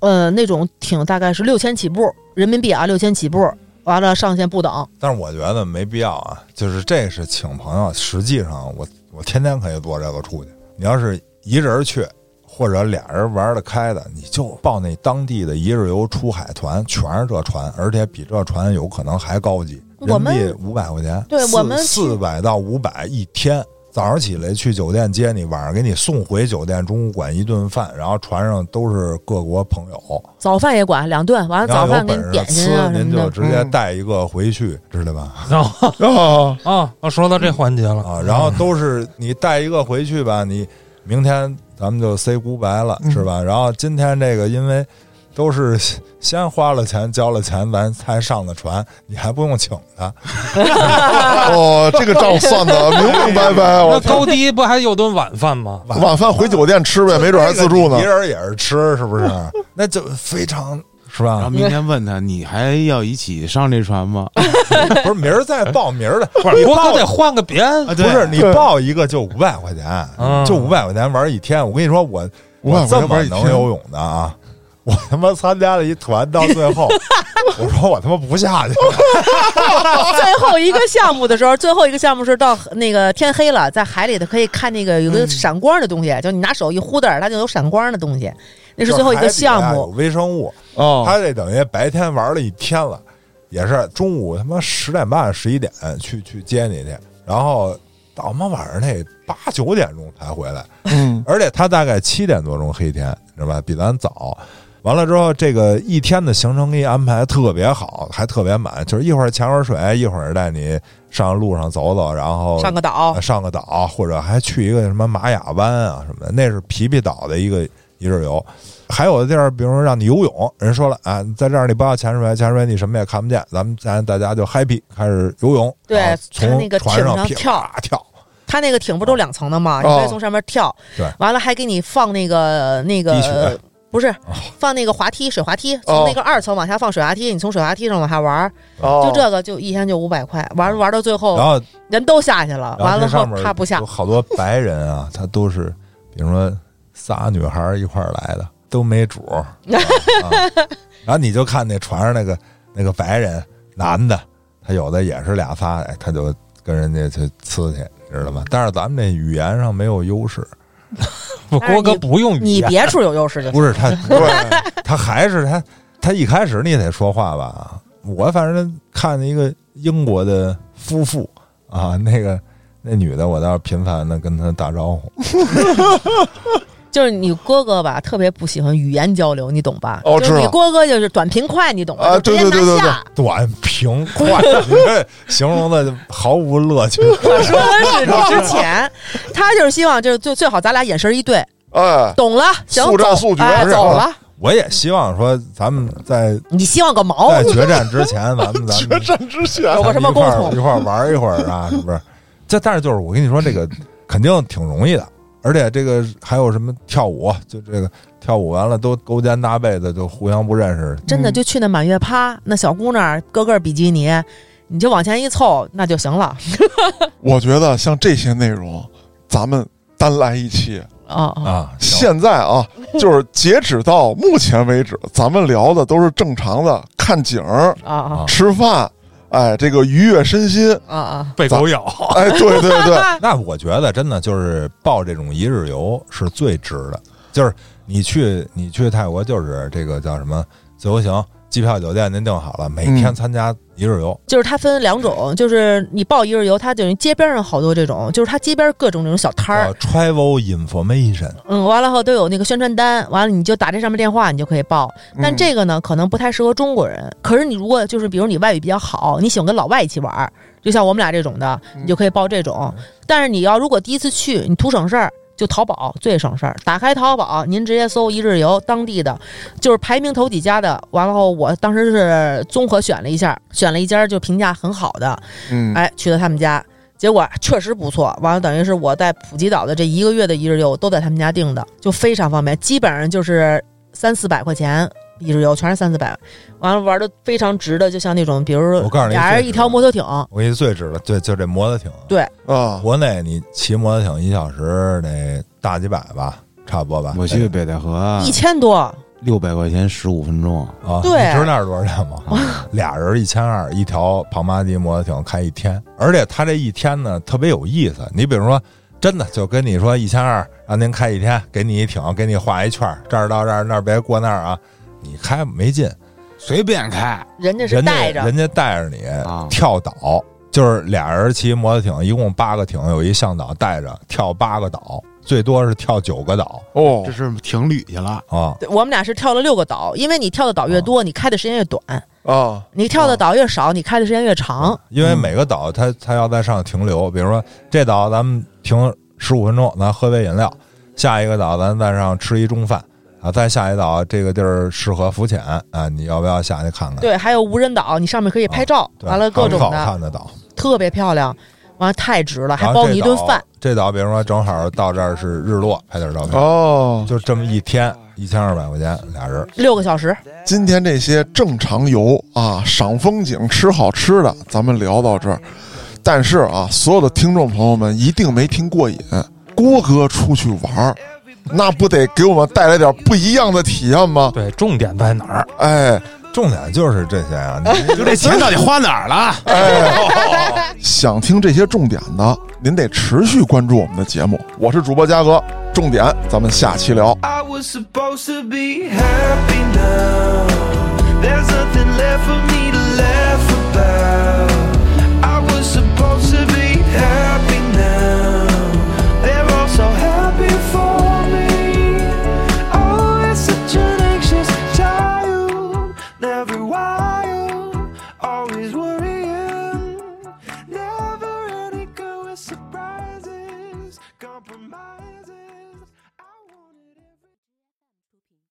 S2: 呃，那种艇大概是六千起步人民币啊，六千起步。完了，上限不等，
S1: 但是我觉得没必要啊，就是这是请朋友，实际上我我天天可以坐这个出去。你要是一人去，或者俩人玩得开的，你就报那当地的一日游出海团，全是这船，而且比这船有可能还高级，
S2: 我
S1: 人
S2: 们
S1: 民币五百块钱，
S2: 对我们去
S1: 四百到五百一天。早上起来去酒店接你，晚上给你送回酒店，中午管一顿饭，然后船上都是各国朋友，
S2: 早饭也管两顿，完了
S1: 然
S2: 早
S1: 后有
S2: 饭给你
S1: 本事
S2: 点心啊
S1: 吃，
S2: 什
S1: 您
S2: 么
S1: 就
S2: 的。
S1: 直接
S3: 嗯
S1: 带一个回去，知道吧？
S5: 然后
S3: 啊，
S5: 啊，我说到这环节了
S1: 啊，然后都是你带一个回去吧，你明天咱们就 say goodbye 了，
S5: 嗯
S1: 是吧？然后今天这个因为都是先花了钱交了钱，咱才上的船，你还不用请 他，
S3: 哦，这个账 算的明明白白，
S5: 那
S3: 我
S5: 高低不还有顿晚饭吗？
S3: 哦 晚饭回酒店吃呗，没准还自助呢嗯
S1: 一。人也是吃，是不是？ 那就非常是
S4: 然后
S1: 吧？
S4: 明天问他，你还要一起上这船吗？
S1: 不是，明儿再报名儿的，
S5: 不是，郭哥得换个别人
S1: 不
S4: 啊，对
S1: 是你报一个就五百块钱，
S5: 嗯
S1: 就五百块钱玩一天。我跟你说，我我
S3: 500块
S1: 这么
S3: 钱玩一天
S1: 能游泳的啊！我他妈参加了一团，到最 后我说我他妈不下去了。
S2: 最后一个项目的时候，最后一个项目是到呃那个天黑了，在海里头可以看那个有个闪光的东西，就你拿手一呼的，它就有闪光的东西，那是最后一个
S1: 海
S2: 项
S1: 底啊有
S2: 目。哦
S1: 微生物，
S3: 啊，
S1: 他这等于白天玩了一天了，也是中午他妈十点半十一点去去接你去，然后到他妈晚上那八九点钟才回来，
S3: 嗯
S1: 而且他大概七点多钟黑天，你知道吧？比咱早。完了之后，这个一天的行程给你安排得特别好，还特别满，就是一会儿潜会儿水，一会儿带你上路上走走，然后
S2: 上个岛
S1: 呃，上个岛，或者还去一个什么玛雅湾啊什么的，那是皮皮岛的一个一日游。还有的地儿，比如说让你游泳，人说了啊，在这儿你不要潜水，潜水你什么也看不见，咱们咱大家就 happy 开始游泳，
S2: 对
S1: 啊
S2: 他
S1: 从
S2: 那个
S1: 船
S2: 艇
S1: 上
S2: 上
S1: 噼
S2: 跳
S1: 啪跳，
S2: 它那个艇不都两层的吗？你可以从上面跳，
S1: 对
S2: 完了还给你放那个那
S1: 低血
S2: 个不是放那个滑梯水滑梯，从那个二层往下放水滑梯，你从水滑梯上往下玩儿，
S3: 哦
S2: 就这个就一天就五百块，玩玩到最
S1: 然
S2: 后
S1: 后
S2: 人都下去了，
S1: 然
S2: 啊完
S1: 后
S2: 了
S1: 这
S2: 后
S1: 上面
S2: 他不下
S1: 有，好多白人啊，他都是比如说仨女孩一块儿来的，都没主 儿、啊然后你就看那船上那个那个白人男的，他有的也是俩仨，哎他就跟人家去呲去，你知道吗？但是咱们这语言上没有优势，
S5: 不
S2: 但是
S5: 郭哥
S2: 你
S5: 不用语啊
S2: 你
S5: 言，
S2: 别处有优势就行
S1: 不是 他
S3: 对，
S1: 他还是他他一开始你也得说话吧。我反正看一个英国的夫妇啊，那个那女的，我倒是频繁的跟他打招呼。
S2: 就是你哥哥吧，特别不喜欢语言交流，你懂吧？
S3: 哦
S2: 就是
S3: 知
S2: 你
S3: 道
S2: 哥哥就是短平快，你懂吧？
S3: 啊
S2: 就直接
S3: 对对对
S2: 拿
S3: 对
S2: 下
S1: 短平快，你这形容的毫无乐趣。
S2: 我说的是之 前，他就是希望就是最最好咱俩眼神一对，
S3: 哎，
S2: 懂了，行，
S3: 速战
S2: 走
S3: 速决
S2: 哎
S3: 是吧
S2: 走了。
S1: 我也希望说，咱们 在
S2: 你希望个毛？
S3: 哎
S1: 在决战之前，咱 们咱
S3: 决
S1: 们
S3: 战之前
S2: 有个什么共
S1: 咱们
S2: 同
S1: 一块儿一块儿玩一会儿啊，是不是？这但是就是我跟你说，这个肯定挺容易的，而且这个还有什么跳舞，就这个跳舞完了都勾肩搭背的，就互相不认识，
S2: 真的
S5: 嗯
S2: 就去那满月趴，那小姑娘个个比基尼，你就往前一凑，那就行了。
S3: 我觉得像这些内容，咱们单来一期。
S2: 哦哦，
S1: 啊，
S3: 现在啊，就是截止到目前为止，咱们聊的都是正常的看景儿、
S2: 啊啊
S3: 吃饭，哎，这个愉悦身心，
S2: 啊啊！
S5: 被狗咬。
S3: 哎，对对对，
S1: 那我觉得真的就是报这种一日游是最值的，就是你去你去泰国就是这个叫什么自由行，机票酒店您订好了，每天参加一日游，
S2: 就是它分两种，就是你报一日游，它等于街边上好多这种，就是它街边各种那种小摊
S1: 叫，
S2: 儿
S1: travel information，
S2: 嗯，完了后都有那个宣传单，完了你就打这上面电话，你就可以报。
S3: 嗯
S2: 但这个呢，可能不太适合中国人。可是你如果就是比如你外语比较好，你喜欢跟老外一起玩儿，就像我们俩这种的，你就可以报这种。但是你要如果第一次去，你图省事儿。就淘宝最省事儿，打开淘宝，您直接搜一日游当地的，就是排名头几家的。完了后，我当时是综合选了一下，选了一家就评价很好的，
S3: 嗯，
S2: 哎，去了他们家，结果确实不错。完了，等于是我在普吉岛的这一个月的一日游都在他们家订的，就非常方便，基本上就是三四百块钱一日游，全是三四百。完了玩的非常值的，就像那种，比如
S1: 我
S2: 说
S1: 告诉你
S2: 俩
S1: 最
S2: 人
S1: 值
S2: 一条摩托艇，
S1: 我给你最值的，就就这摩托艇，
S3: 啊，
S1: 国内你骑摩托艇一小时得大几百吧，差不多吧，
S4: 我去北戴河
S2: 一千多，
S4: 六百块钱十五分钟，
S1: 啊，
S2: 对
S1: 你知道那是多少钱 吗？俩人一千二，一条庞巴迪摩托艇开一天，而且他这一天呢特别有意思。你比如说，真的就跟你说一千二，让您开一天，给你一艇，给你画一圈儿，这儿到这儿，那儿别过那儿啊，你开没劲。
S4: 随便开
S2: 人家是
S1: 人家
S2: 带着
S1: 人家带着你
S4: 啊
S1: 跳岛，就是俩人骑摩托艇，一共八个艇，有一向导带着跳八个岛，最多是跳九个岛
S3: 哦
S4: 这，是停旅去了。
S1: 啊。
S2: 对我们俩是跳了六个岛，因为你跳的岛越多，你开的时间越短；
S3: 啊，
S2: 你跳的岛越少，你开的时间越长。
S1: 因为每个岛
S2: 嗯
S1: 它它要在上停留，比如说这岛咱们停十五分钟，咱喝杯饮料；下一个岛咱在上吃一中饭啊，再下一岛这个地儿适合浮潜啊，你要不要下去看看？
S2: 对，还有无人岛，你上面可以拍照，
S1: 对，
S2: 完了各种
S1: 哦很好看
S2: 的，
S1: 的岛，
S2: 特别漂亮，完了太值了，还
S1: 然后
S2: 包
S1: 这
S2: 你一顿
S1: 岛
S2: 饭。。
S1: 这岛比如说正好到这儿是日落，拍点照片，
S3: 哦，
S1: 就这么一天一千二百块钱俩人，
S2: 六个小时，
S3: 今天这些正常游啊，赏风景、吃好吃的，咱们聊到这儿。但是啊，所有的听众朋友们一定没听过瘾，郭哥出去玩儿，那不得给我们带来点不一样的体验吗？
S5: 对，重点在哪儿？啊
S3: 哎
S1: 重点就是这些啊，你
S4: 就这钱到底花哪儿了？
S3: 哎，想听这些重点的，您得持续关注我们的节目。我是主播嘉哥，重点咱们下期聊。
S6: I was supposed to be happy now.